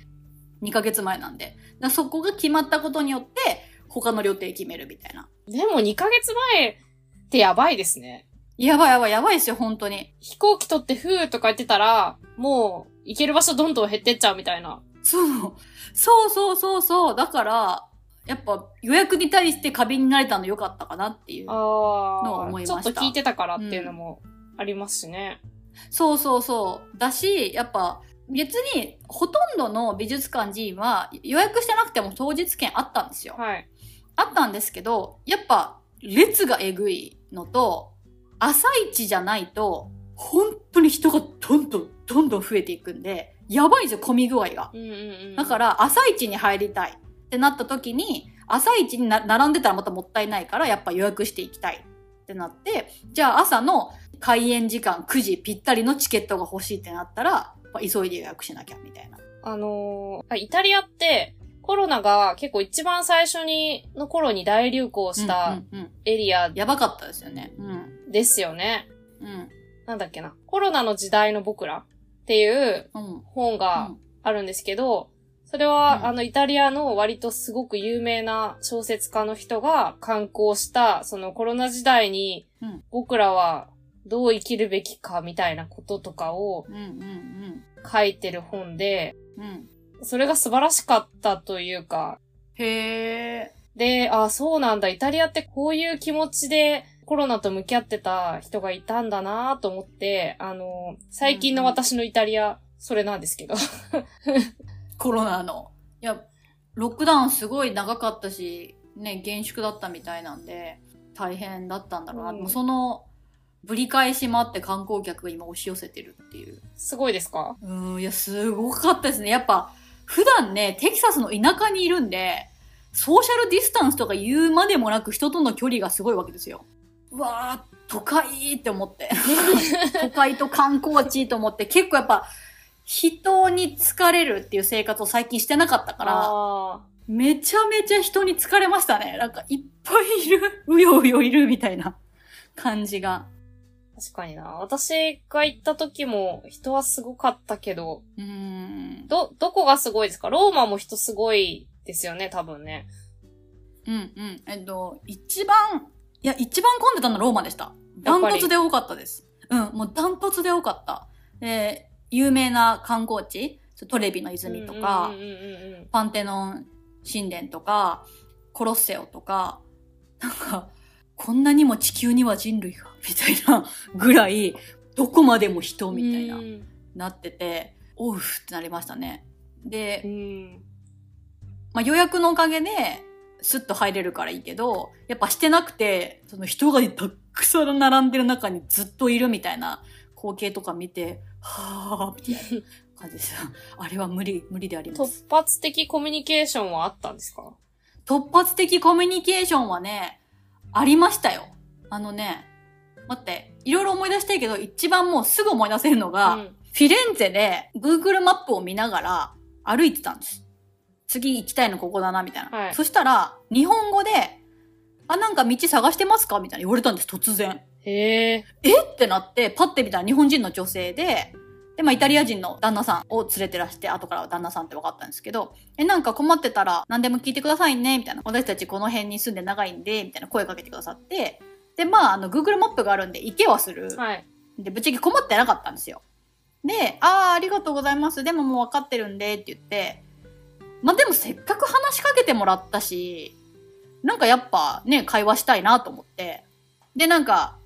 A: 2ヶ月前なんで。だからそこが決まったことによって、他の予定決めるみたいな。
B: ー。でも2ヶ月前ってやばいですね。
A: やばいやばいやばいですよ、本当に。
B: 飛行機取ってふーとか言ってたら、もう行ける場所どんどん減ってっちゃうみたいな。
A: そう。そうそうそうそう。だから、やっぱ予約に対して過敏になれたの良かったかなっていう
B: あ。
A: のを
B: あ
A: 思いま
B: ちょ
A: した
B: っと聞いてたからっていうのもありますしね。
A: そうそうそう。だし、やっぱ、別に、ほとんどの美術館寺院は予約してなくても当日券あったんですよ。
B: はい。
A: あったんですけど、やっぱ、列がえぐいのと、朝一じゃないと、本当に人がどんどん、どんどん増えていくんで、やばいんですよ、混み具合が。
B: うんうんうん。、
A: だからら朝一に入りたいってなった時に朝一にな並んでたらまたもったいないからやっぱ予約していきたいってなってじゃあ朝の開園時間9時ぴったりのチケットが欲しいってなったら、まあ急いで予約しなきゃみたいな。
B: あのーあイタリアって、コロナが結構一番最初にの頃に大流行し
A: う
B: た
A: んうんうん
B: エリア
A: やばかったですよね。うん。
B: ですよね。
A: うん。
B: なんだっけな。コロナの時代の僕らっていう
A: うん。
B: 本があるんですけど、それは、
A: うん
B: あの、イタリアの割とすごく有名な小説家の人が刊行した、そのコロナ時代に
A: うん、
B: 僕らはどう生きるべきかみたいなこととかを
A: うん。うん。
B: 書いてる本で、
A: うん。うん。
B: それが素晴らしかったというか、
A: へえ。
B: で、あ、そうなんだ、イタリアってこういう気持ちでコロナと向き合ってた人がいたんだなと思って、あの、最近の私のイタリア、それなんですけど。
A: コロナの。いや、ロックダウンすごい長かったし、ね、厳粛だったみたいなんで、大変だったんだろうな。
B: うん
A: もうその、ぶり返しもあって観光客が今押し寄せてるっていう。
B: すごいですか
A: うん、いや、すごかったですね。やっぱ、普段ね、テキサスの田舎にいるんで、ソーシャルディスタンスとか言うまでもなく人との距離がすごいわけですよ。うわー、都会って思 って。都会と観光地と思って、結構やっぱ、人に疲れるっていう生活を最近してなかったから、
B: あー
A: めちゃめちゃ人に疲れましたね。なんか、いっぱいいる、うようよいるみたいな感じが。
B: 確かにな。私が行った時も人はすごかったけど、
A: うん。
B: ど、どこがすごいですかローマも人すごいですよね、多分ね。
A: うんうん。えっと、一番、いや、一番混んでたのはローマでした。ダントツで多かったです。うん、もうダントツで多かった。で、有名な観光地、トレビの泉とか、
B: うんうんうんうん
A: パンテノン神殿とか、コロッセオとか、なんか、こんなにも地球には人類が、みたいなぐらい、どこまでも人
B: うん。
A: みたいな
B: う、ん
A: なってて、おうってなりましたね。で、
B: うん。
A: まあ、予約のおかげで、スッと入れるからいいけど、やっぱしてなくて、その人がたっくさん並んでる中にずっといるみたいな光景とか見て、はぁー、みたいな感じです。 あれは無理、無理であります。
B: 突発的コミュニケーションはあったんですか
A: 突発的コミュニケーションはね、ありましたよ。あのね、待って、いろいろ思い出したいけど、一番もうすぐ思い出せるのが、
B: うん
A: フィレンツェで Google マップを見ながら歩いてたんです。次行きたいのここだな、みたいな。
B: はい
A: そしたら、日本語で、あ、なんか道探してますかみたいな言われたんです、突然。
B: へえ。
A: えってなって、パッて見たら日本人の女性で、で、まあ、イタリア人の旦那さんを連れてらして、後からは旦那さんって分かったんですけど、え、なんか困ってたら何でも聞いてくださいね、みたいな。私たちこの辺に住んで長いんで、みたいな声かけてくださって、で、まあ、あの、Google マップがあるんで、行けはする。
B: はい。
A: で、ぶっちゃけ困ってなかったんですよ。で、ああ、ありがとうございます。でももう分かってるんで、って言って。まあでもせっかく話しかけてもらったし、なんかやっぱね、会話したいなと思って。で、なんか、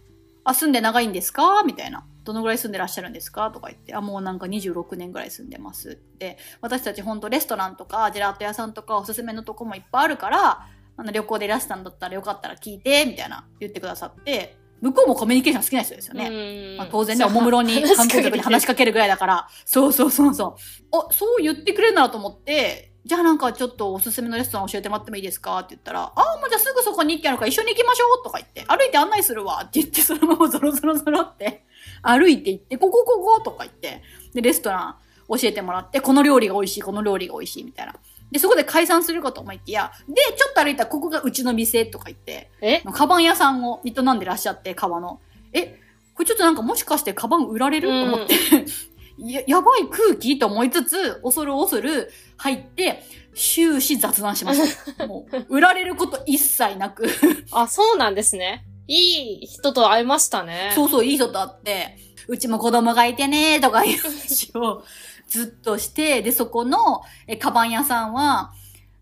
A: あ、住んで長いんですかみたいな。どのぐらい住んでらっしゃるんですかとか言って、あ、もうなんか26年ぐらい住んでます。で、私たちほんとレストランとか、ジェラート屋さんとか、おすすめのとこもいっぱいあるから、あの旅行でいらしたんだったらよかったら聞いて、みたいな言ってくださって、向こうもコミュニケーション好きな人ですよね。
B: ね
A: まあ、当然ね、おもむろに観光客に話し
B: か
A: かけるぐらいだから、そうそうそうそう。あ、そう言ってくれるならと思って、じゃあなんかちょっとおすすめのレストラン教えてもらってもいいですかって言ったら、あ、もうじゃあすぐそこに一軒あるから一緒に行きましょうとか言って、歩いて案内するわって言って、そのままゾロゾロゾロって、歩いて行って、こここことか言って、で、レストラン教えてもらって、この料理が美味しい、この料理が美味しいみたいな。で、そこで解散するかと思いきや、で、ちょっと歩いたらここがうちの店とか言って、
B: え
A: カバン屋さんを営んでらっしゃって、革の。え、これちょっとなんかもしかしてカバン売られる、と思って、 や、やばい空気と思いつつ、恐る恐る入って、終始雑談しました。もう、売られること一切なく、
B: あ、そうなんですね。いい人と会えましたね。
A: そうそう、いい人と会って、うちも子供がいてね、とかいう話を ずっとして、で、そこの、え、カバン屋さんは、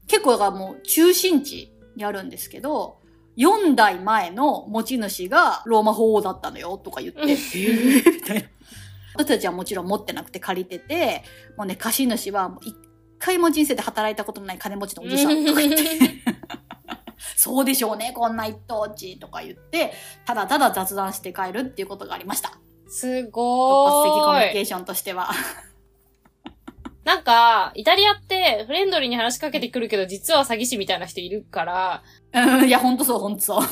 A: 結構だからもう中心地にあるんですけど、4代前の持ち主がローマ法王だったのよ、とか言って、
B: うん
A: へーみたいな。 私たちはもちろん持ってなくて借りてて、もうね、貸主はもう一回も人生で働いたことのない金持ちのおじさんとか言って、 そうでしょうね、こんな一等地とか言って、ただただ雑談して帰るっていうことがありました。
B: す
A: 突
B: ご
A: 発的コミュ
B: ー
A: ニ
B: い
A: ケ。ーションとしては。
B: なんか、イタリアってフレンドリーに話しかけてくるけど、実は詐欺師みたいな人いるから、
A: うん、いや、ほんとそう、ほんとそう。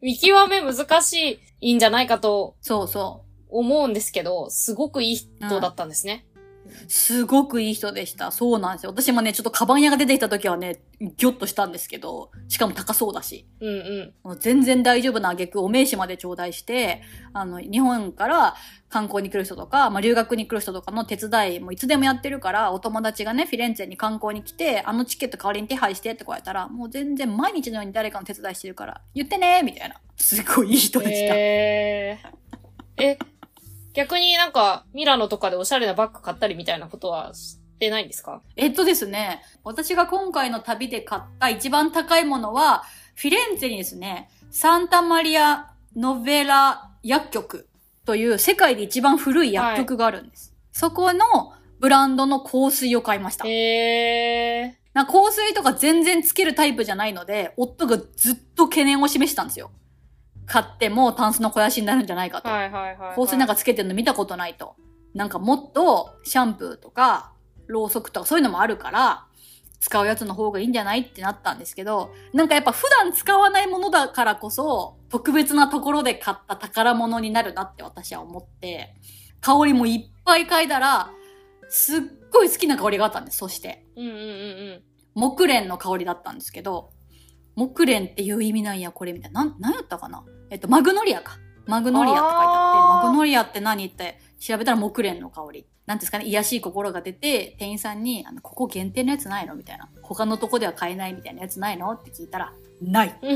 B: 見極め難しいんじゃないかと
A: そうそ
B: 思うんですけど、すごくいい人だったんですね。
A: う。すごくいい人でした。そうなんですよ。私もね、ちょっとカバン屋が出てきた時はね、ギョッとしたんですけど、しかも高そうだし。
B: うんうん。
A: もう全然大丈夫な挙句お名刺まで頂戴して、あの、日本から観光に来る人とか、まあ、留学に来る人とかの手伝いもいつでもやってるから、お友達がね、フィレンツェに観光に来て、あのチケット代わりに手配してってこうやったら、もう全然毎日のように誰かの手伝いしてるから、言ってねみたいな。すごいいい人でした。
B: えー、え、逆になんか、ミラノとかでおしゃれなバッグ買ったりみたいなことはしてないんですか
A: えっとですね、私が今回の旅で買った一番高いものは、フィレンツェにですね、サンタマリア・ノベラ薬局という世界で一番古い薬局があるんです。そこのブランドの香水を買いました。
B: え
A: な香水とか全然つけるタイプじゃないので、夫がずっと懸念を示したんですよ。買ってもタンスの肥やしになるんじゃないか
B: ー、
A: と。
B: はいはいはい、はい。
A: 香水なんかつけてるの見たことないと。なんかもっとシャンプーとか、ろうそくとかそういうのもあるから、使うやつの方がいいんじゃないってなったんですけど、なんかやっぱ普段使わないものだからこそ、特別なところで買った宝物になるなって私は思って、香りもいっぱい嗅いだら、すっごい好きな香りがあったんです、そして。
B: うんうんうんうん。
A: 木蓮の香りだったんですけど、木蓮っていう意味なんや、これ、みたいな。なん、なんやったかなえっと、マグノリアか。マグノリアって書いてあっ
B: あー
A: て、マグノリアって何って調べたら木蓮の香り。なんていうんですかね、癒やしい心が出て、店員さんに、あの、ここ限定のやつないのみたいな。他のとこでは買えないみたいなやつないのって聞いたら、 ない。だか
B: う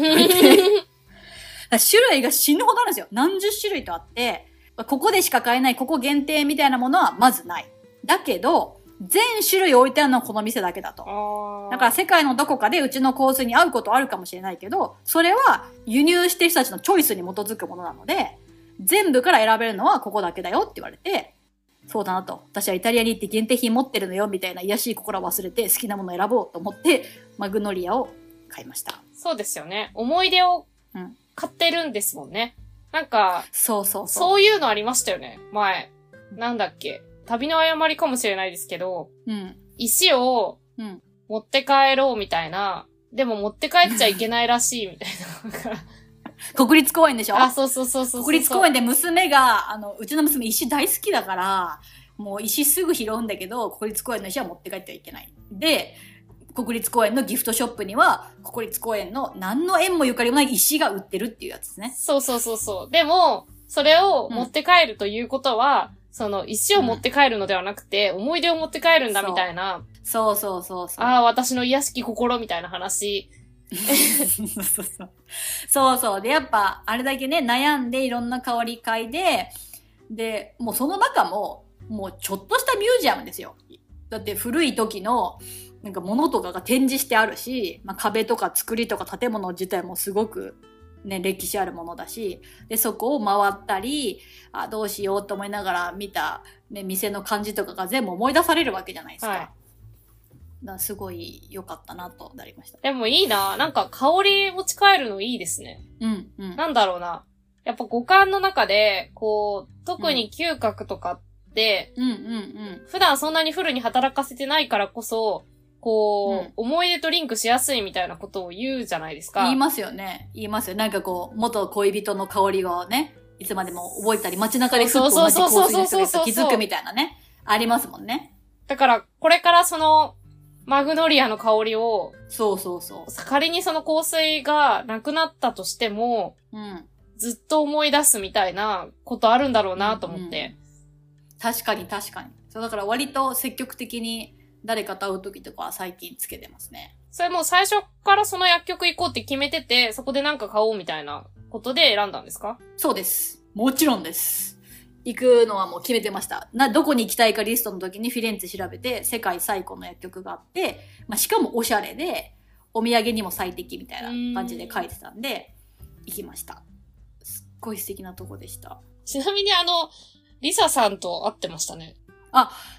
A: ら種類が死ぬほどあるんですよ。何十種類とあって、ここでしか買えない、ここ限定みたいなものはまずない。だけど、全種類置いてあるのはこの店だけだと。
B: ん、
A: だから世界のどこかでうちの香水に合うことあるかもしれないけど、それは輸入してる人たちのチョイスに基づくものなので、全部から選べるのはここだけだよって言われて、そうだなと。私はイタリアに行って限定品持ってるのよみたいな癒やしい心は忘れて好きなものを選ぼうと思って、マグノリアを買いました。
B: そうですよね。思い出を
A: うん
B: 買ってるんですもんね。なんか、
A: そうそうそう。
B: そういうのありましたよね、前。なんだっけ。旅の誤りかもしれないですけど、
A: うん。
B: 石を
A: うん
B: 持って帰ろうみたいな、でも持って帰っちゃいけないらしいみたいななんか。
A: 国立公園でしょ
B: あ、そうそうそうそうそう。
A: 国立公園で娘が、あの、うちの娘石大好きだから、もう石すぐ拾うんだけど、国立公園の石は持って帰ってはいけない。で、国立公園のギフトショップには、国立公園の何の縁もゆかりもない石が売ってるっていうやつですね。
B: そうそうそうそう。でも、それを持って帰るということは、その石を持って帰るのではなくて、思い出を持って帰るんだみたいな、
A: そうそうそうそう。
B: ああ、私の癒しき心みたいな話。
A: そうそうそう。そうそう。で、やっぱ、あれだけね、悩んでいろんな香り嗅いで、で、もうその中も、もうちょっとしたミュージアムですよ。だって古い時の、なんか物とかが展示してあるし、まあ、壁とか作りとか建物自体もすごく、ね、歴史あるものだし、で、そこを回ったり、あ、どうしようと思いながら見た、ね、店の感じとかが全部思い出されるわけじゃないですか。
B: はい
A: だからすごい良かったなとなりました。
B: でもいいな。なんか香り持ち帰るのいいですね。
A: うん、うん。
B: なんだろうな。やっぱ五感の中で、こう、特に嗅覚とかって、
A: うんうんうん。
B: 普段そんなにフルに働かせてないからこそ、こう、
A: うん
B: 思い出とリンクしやすいみたいなことを言うじゃないですか。
A: 言いますよね。言いますよ。なんかこう、元恋人の香りをね、いつまでも覚えたり、街中でふっと同じ香水の人がいると気づくみたいなね。ありますもんね。
B: だから、これからその、マグノリアの香りを、
A: そうそうそ
B: 仮にその香水がなくなったとしても、
A: う。うん。
B: ずっと思い出すみたいなことあるんだろうなと思って。
A: 確かに確かに。そう、だから割と積極的に誰かと会う時とかは最近つけてますね。
B: それもう最初からその薬局行こうって決めてて、そこでなんか買おうみたいなことで選んだんですか
A: そうです。もちろんです。行くのはもう決めてました。な、どこに行きたいかリストの時にフィレンツェ調べて、世界最古の薬局があって、まあ、しかもおしゃれで、お土産にも最適みたいな感じで書いてたんで、行きました。すっごい素敵なとこでした。
B: ちなみにあの、リサさんと会ってましたね。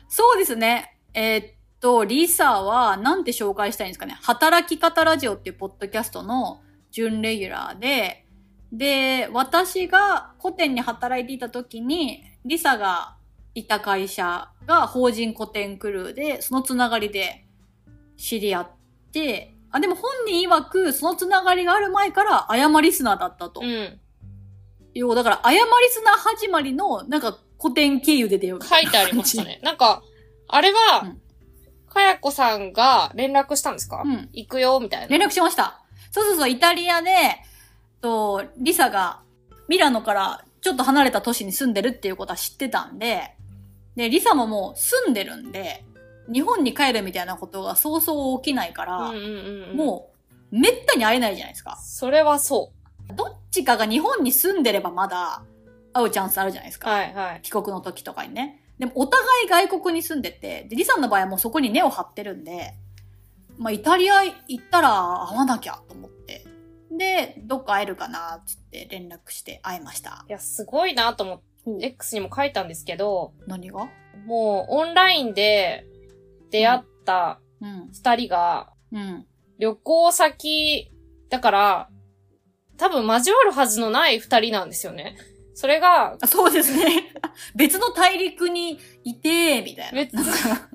A: そうですね。えーっと、リサは、なんて紹介したいんですかね。働き方ラジオっていうポッドキャストの準レギュラーで、で、私が古典に働いていた時に、リサがいた会社が法人古典クルーで、そのつながりで知り合って、あ、でも本人曰く、そのつながりがある前から、誤リスナーだったと。
B: うん。
A: 要はだから、誤リスナー始まりの、なんか古典経由で出ようみた
B: 書
A: い
B: い
A: な
B: てありましたね。なんか、あれは、
A: うん
B: かやこさんが連絡したんですか、
A: うん
B: 行くよ、みたいな。
A: 連絡しました。そうそうそう、イタリアで、と、リサがミラノからちょっと離れた都市に住んでるっていうことは知ってたんで、で、リサももう住んでるんで、日本に帰るみたいなことがそうそう起きないから、
B: うんうんうんうん。
A: もう、めったに会えないじゃないですか。
B: それはそ
A: どっちかが日本に住んでればまだ会うチャンスあるじゃないです
B: う。
A: か。
B: はいはい。
A: 帰国の時とかにね。でもお互い外国に住んでて、で、リさんの場合はもうそこに根を張ってるんで、まあイタリア行ったら会わなきゃと思って。で、どっか会えるかなっつって連絡して会いました。
B: いや、すごいなと思って、
A: え
B: X にも書いたんですけど、
A: 何が
B: もうオンラインで出会った
A: うん。
B: 二人が、
A: うん。
B: 旅行先、だから、多分交わるはずのない二人なんですよね。それが、
A: あそうですね。 別の大陸にいて、みたいな。
B: 別
A: なんか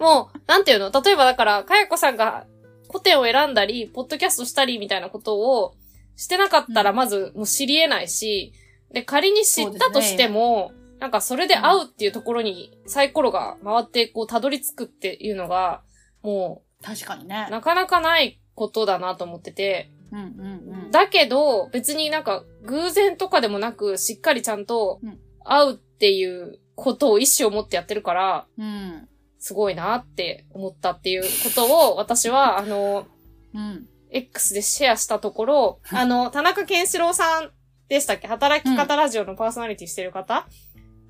B: もう、なんていうの例えばだから、かやこさんが古典を選んだり、ポッドキャストしたりみたいなことをしてなかったら、
A: うん
B: まずもう知り得ないし、で、仮に知ったとしても、なんかそれで会うっていうところにサイコロが回って、こう、たどり着くっていうのが、も
A: 確かに
B: う、
A: ね。
B: なかなかないことだなと思ってて、
A: うんうんうん。
B: だけど、別になんか、偶然とかでもなく、しっかりちゃんと
A: うん、
B: 会うっていうことを意思を持ってやってるから、
A: うん。
B: すごいなって思ったっていうことを、私は、あの、
A: うん。
B: X でシェアしたところ、あの、田中健志郎さんでしたっけ働き方ラジオのパーソナリティしてる方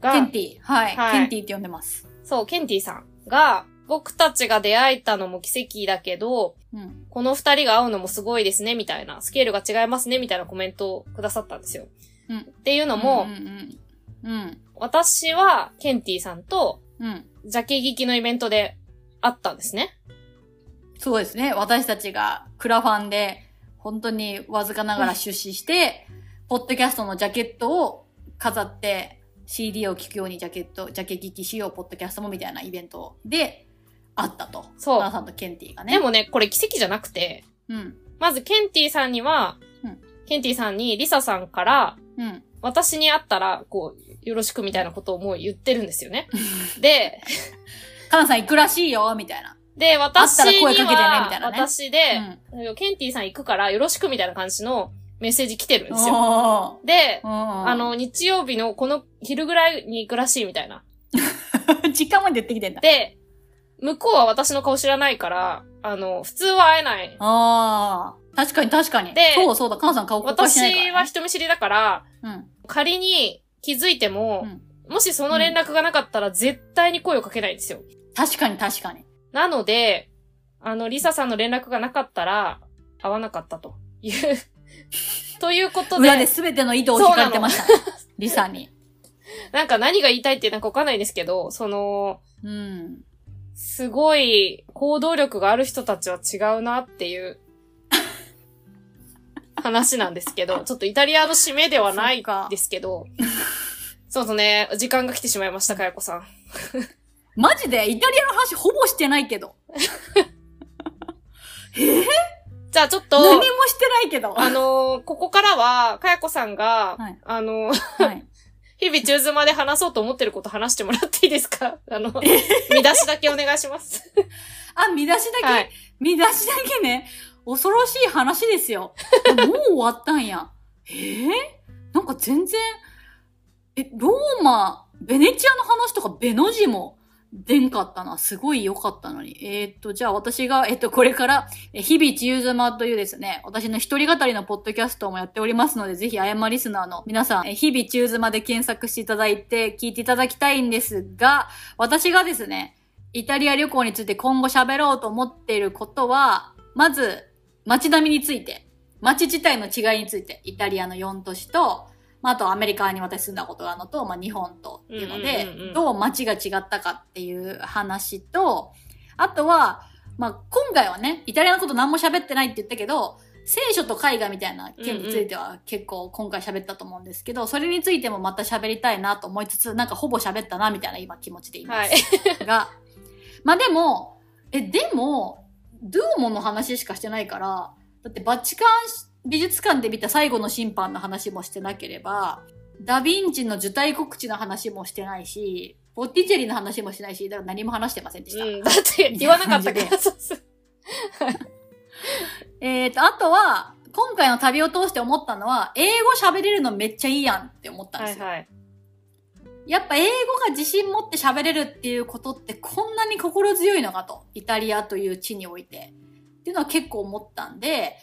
B: が、
A: ケンティ。はい。
B: はい
A: ケンティって呼んでます。
B: そう、ケンティさんが、僕たちが出会えたのも奇跡だけど、
A: うん。
B: この二人が会うのもすごいですね、みたいな、スケールが違いますね、みたいなコメントをくださったんですよ。
A: うん
B: っていうのも、
A: うんうんうん。うん。
B: 私は、ケンティさんと、
A: うん。
B: ジャケ聞きのイベントで会ったんですね。
A: そうですね。私たちがクラファンで、本当にわずかながら出資して、ポッドキャストのジャケットを飾って、CD を聴くようにジャケット、ジャケ聞きしよう、ポッドキャストもみたいなイベントで、あったと。
B: そう
A: ナナさんとケンティがね。
B: で、もね、これ奇跡じゃなくて、
A: うん。
B: まず、ケンティさんには、
A: うん
B: ケンティさんに、リサさんから、
A: うん。
B: 私に会ったら、こう、よろしくみたいなことをもう言ってるんです よね。で、
A: カナさん行くらしいよ、みたいな。
B: で、私には、
A: 会ったら声かけてねみたいなね
B: 私で、ケンティさん行くから、よろしくみたいな感じのメッセージ来てるん
A: うん。
B: ですよ。
A: おー
B: で、
A: うん
B: あ、の、日曜日のこの昼ぐらいに行くらしいみたいな。
A: 実家まで行ってきてんだ。
B: で、向こうは私の顔知らないから、あの、普通は会えない。
A: ああ。確かに確かに。
B: で
A: そうそうだ、カナさん顔公開し
B: 私
A: てないか
B: は
A: ら、ね。
B: 人見知りだから、
A: は、
B: 仮に気づいても
A: う、ん。
B: もしその連絡がなかったら絶対に声をかけないんですよ。
A: 確かに確かに。
B: なので、あの、リサさんの連絡がなかったら、会わなかったという、 ということ
A: 裏で
B: で、
A: 全ての井戸を引かれてましたね。リサに。
B: なんか何が言いたいってなんかわかんないんですけど、その、
A: うん。
B: すごい行動力がある人たちは違うなっていう 話なんですけど、ちょっとイタリアの締めではないですけど、そうそうね、時間が来てしまいました、かやこさん。
A: マジでイタリアの話ほぼしてないけど。
B: じゃあちょっと、
A: 何もしてないけど。
B: あのーここからは、かやこさんが、
A: はい
B: あのー
A: はい。
B: 日々中妻で話そうと思ってること話してもらっていいですかあの、見出しだけお願いします。
A: あ、見出しだけ、
B: はい。
A: 見出しだけね。恐ろしい話です よ。もう終わったんや。えー、なんか全然、え、ローマ、ベネチアの話とかベの字も出んかったな。すごい良かったのに。えーっと、じゃあ私が、えっと、これから、え日々千ゆずまというですね、私の一人語りのポッドキャストもやっておりますので、ぜひ、あやまリスナーの皆さん、え日々千ゆずまで検索していただいて、聞いていただきたいんですが、私がですね、イタリア旅行について今後喋ろうと思っていることは、まず、街並みについて、街自体の違いについて、イタリアの4都市と、まあ、あとアメリカに私住んだことがあるのと、まあ、日本とっていうので、
B: うんうんうん
A: どう街が違ったかっていう話と、あとは、まあ、今回はね、イタリアのこと何も喋ってないって言ったけど、聖書と絵画みたいな件については結構今回喋ったと思うんですけど、それについてもまた喋りたいなと思いつつ、なんかほぼ喋ったなみたいな今気持ちでいます。
B: はい。
A: が、まあでも、え、でも、ドゥーモの話しかしてないから、だってバチカン美術館で見た最後の審判の話もしてなければ、ダヴィンチの受胎告知の話もしてないし、ポッティチェリの話もしないし、だから何も話してませんでした。
B: うん、だって言わなかったから。そうそう
A: えっ、と、あとは、今回の旅を通して思ったのは、英語喋れるのめっちゃいいやんって思ったんで
B: は
A: す
B: い
A: よ。
B: はい。
A: やっぱ英語が自信持って喋れるっていうことってこんなに心強いのかと、イタリアという地において。っていうのは結構思ったんで、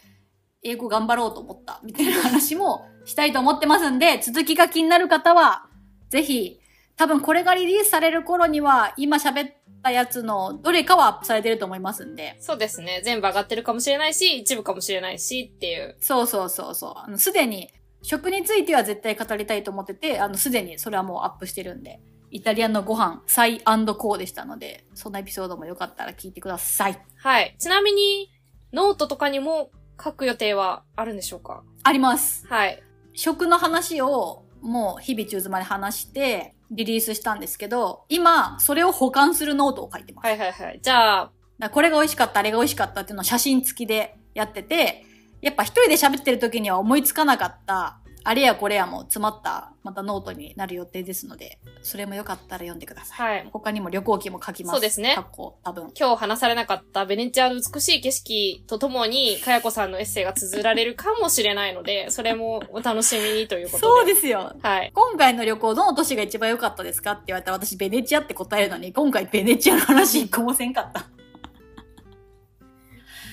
A: 英語頑張ろうと思ったみたいな話もしたいと思ってますんで、続きが気になる方は、ぜひ、多分これがリリースされる頃には、今喋ったやつのどれかはアップされてると思いますんで、
B: そうですね。全部上がってるかもしれないし、一部かもしれないしっていう。
A: そうそうそうそうあの。すでに、食については絶対語りたいと思ってて、あの、すでにそれはもうアップしてるんで、イタリアのご飯、サイコーでしたので、そんなエピソードもよかったら聞いてください。
B: はい。ちなみに、ノートとかにも書く予定はあるんでしょうか
A: あります。
B: はい。
A: 食の話を、もう日々中妻で話して、リリースしたんですけど、今、それを保管するノートを書いてます。
B: はいはいはい。じゃあ、
A: だからこれが美味しかった、あれが美味しかったっていうのを写真付きでやってて、やっぱ一人で喋ってる時には思いつかなかった、あれやこれやも詰まった、またノートになる予定ですので、それもよかったら読んでください。
B: はい。
A: 他にも旅行記も書きます。
B: そうですね
A: 過去、多分。
B: 今日話されなかったベネチアの美しい景色とともに、かやこさんのエッセイが綴られるかもしれないので、それもお楽しみにということで。
A: そう
B: で
A: ですよ。
B: す。はい。
A: 今回の旅行、どの都市が一番良かったですかって言われたら私、ベネチアって答えるのに、今回ベネチアの話一個もせんかった。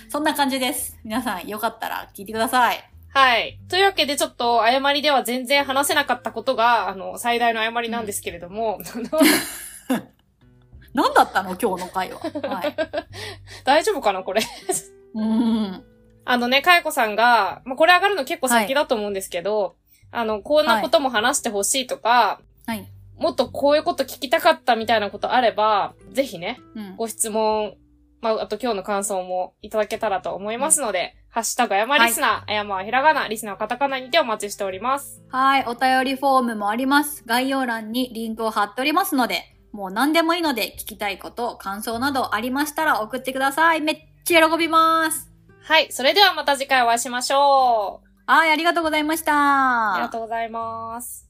A: そんな感じです。皆さん、よかったら聞いてください。
B: はい。というわけで、ちょっと、誤りでは全然話せなかったことが、あの、最大の誤りなんですけれども、 あの
A: 何だったの今日の回は。はい。
B: 大丈夫かなこれ。
A: うん。
B: あのね、かやこさんが、まあ、これ上がるの結構先だと思うんですけど、あの、こんなことも話してほしいとか、
A: はい。
B: もっとこういうこと聞きたかったみたいなことあれば、ぜひね、
A: うん。
B: ご質問、まあ、あと今日の感想もいただけたらと思いますので、ハッシュタグあやまリスナー、あやまはひらがな、リスナーはカタカナにてお待ちしております。
A: はい。お便りフォームもあります。概要欄にリンクを貼っておりますので、もう何でもいいので、聞きたいこと、感想などありましたら送ってください。めっちゃ喜びます。
B: はい、それではまた次回お会いしましょう。
A: はい。ありがとうございました。
B: ありがとうございます。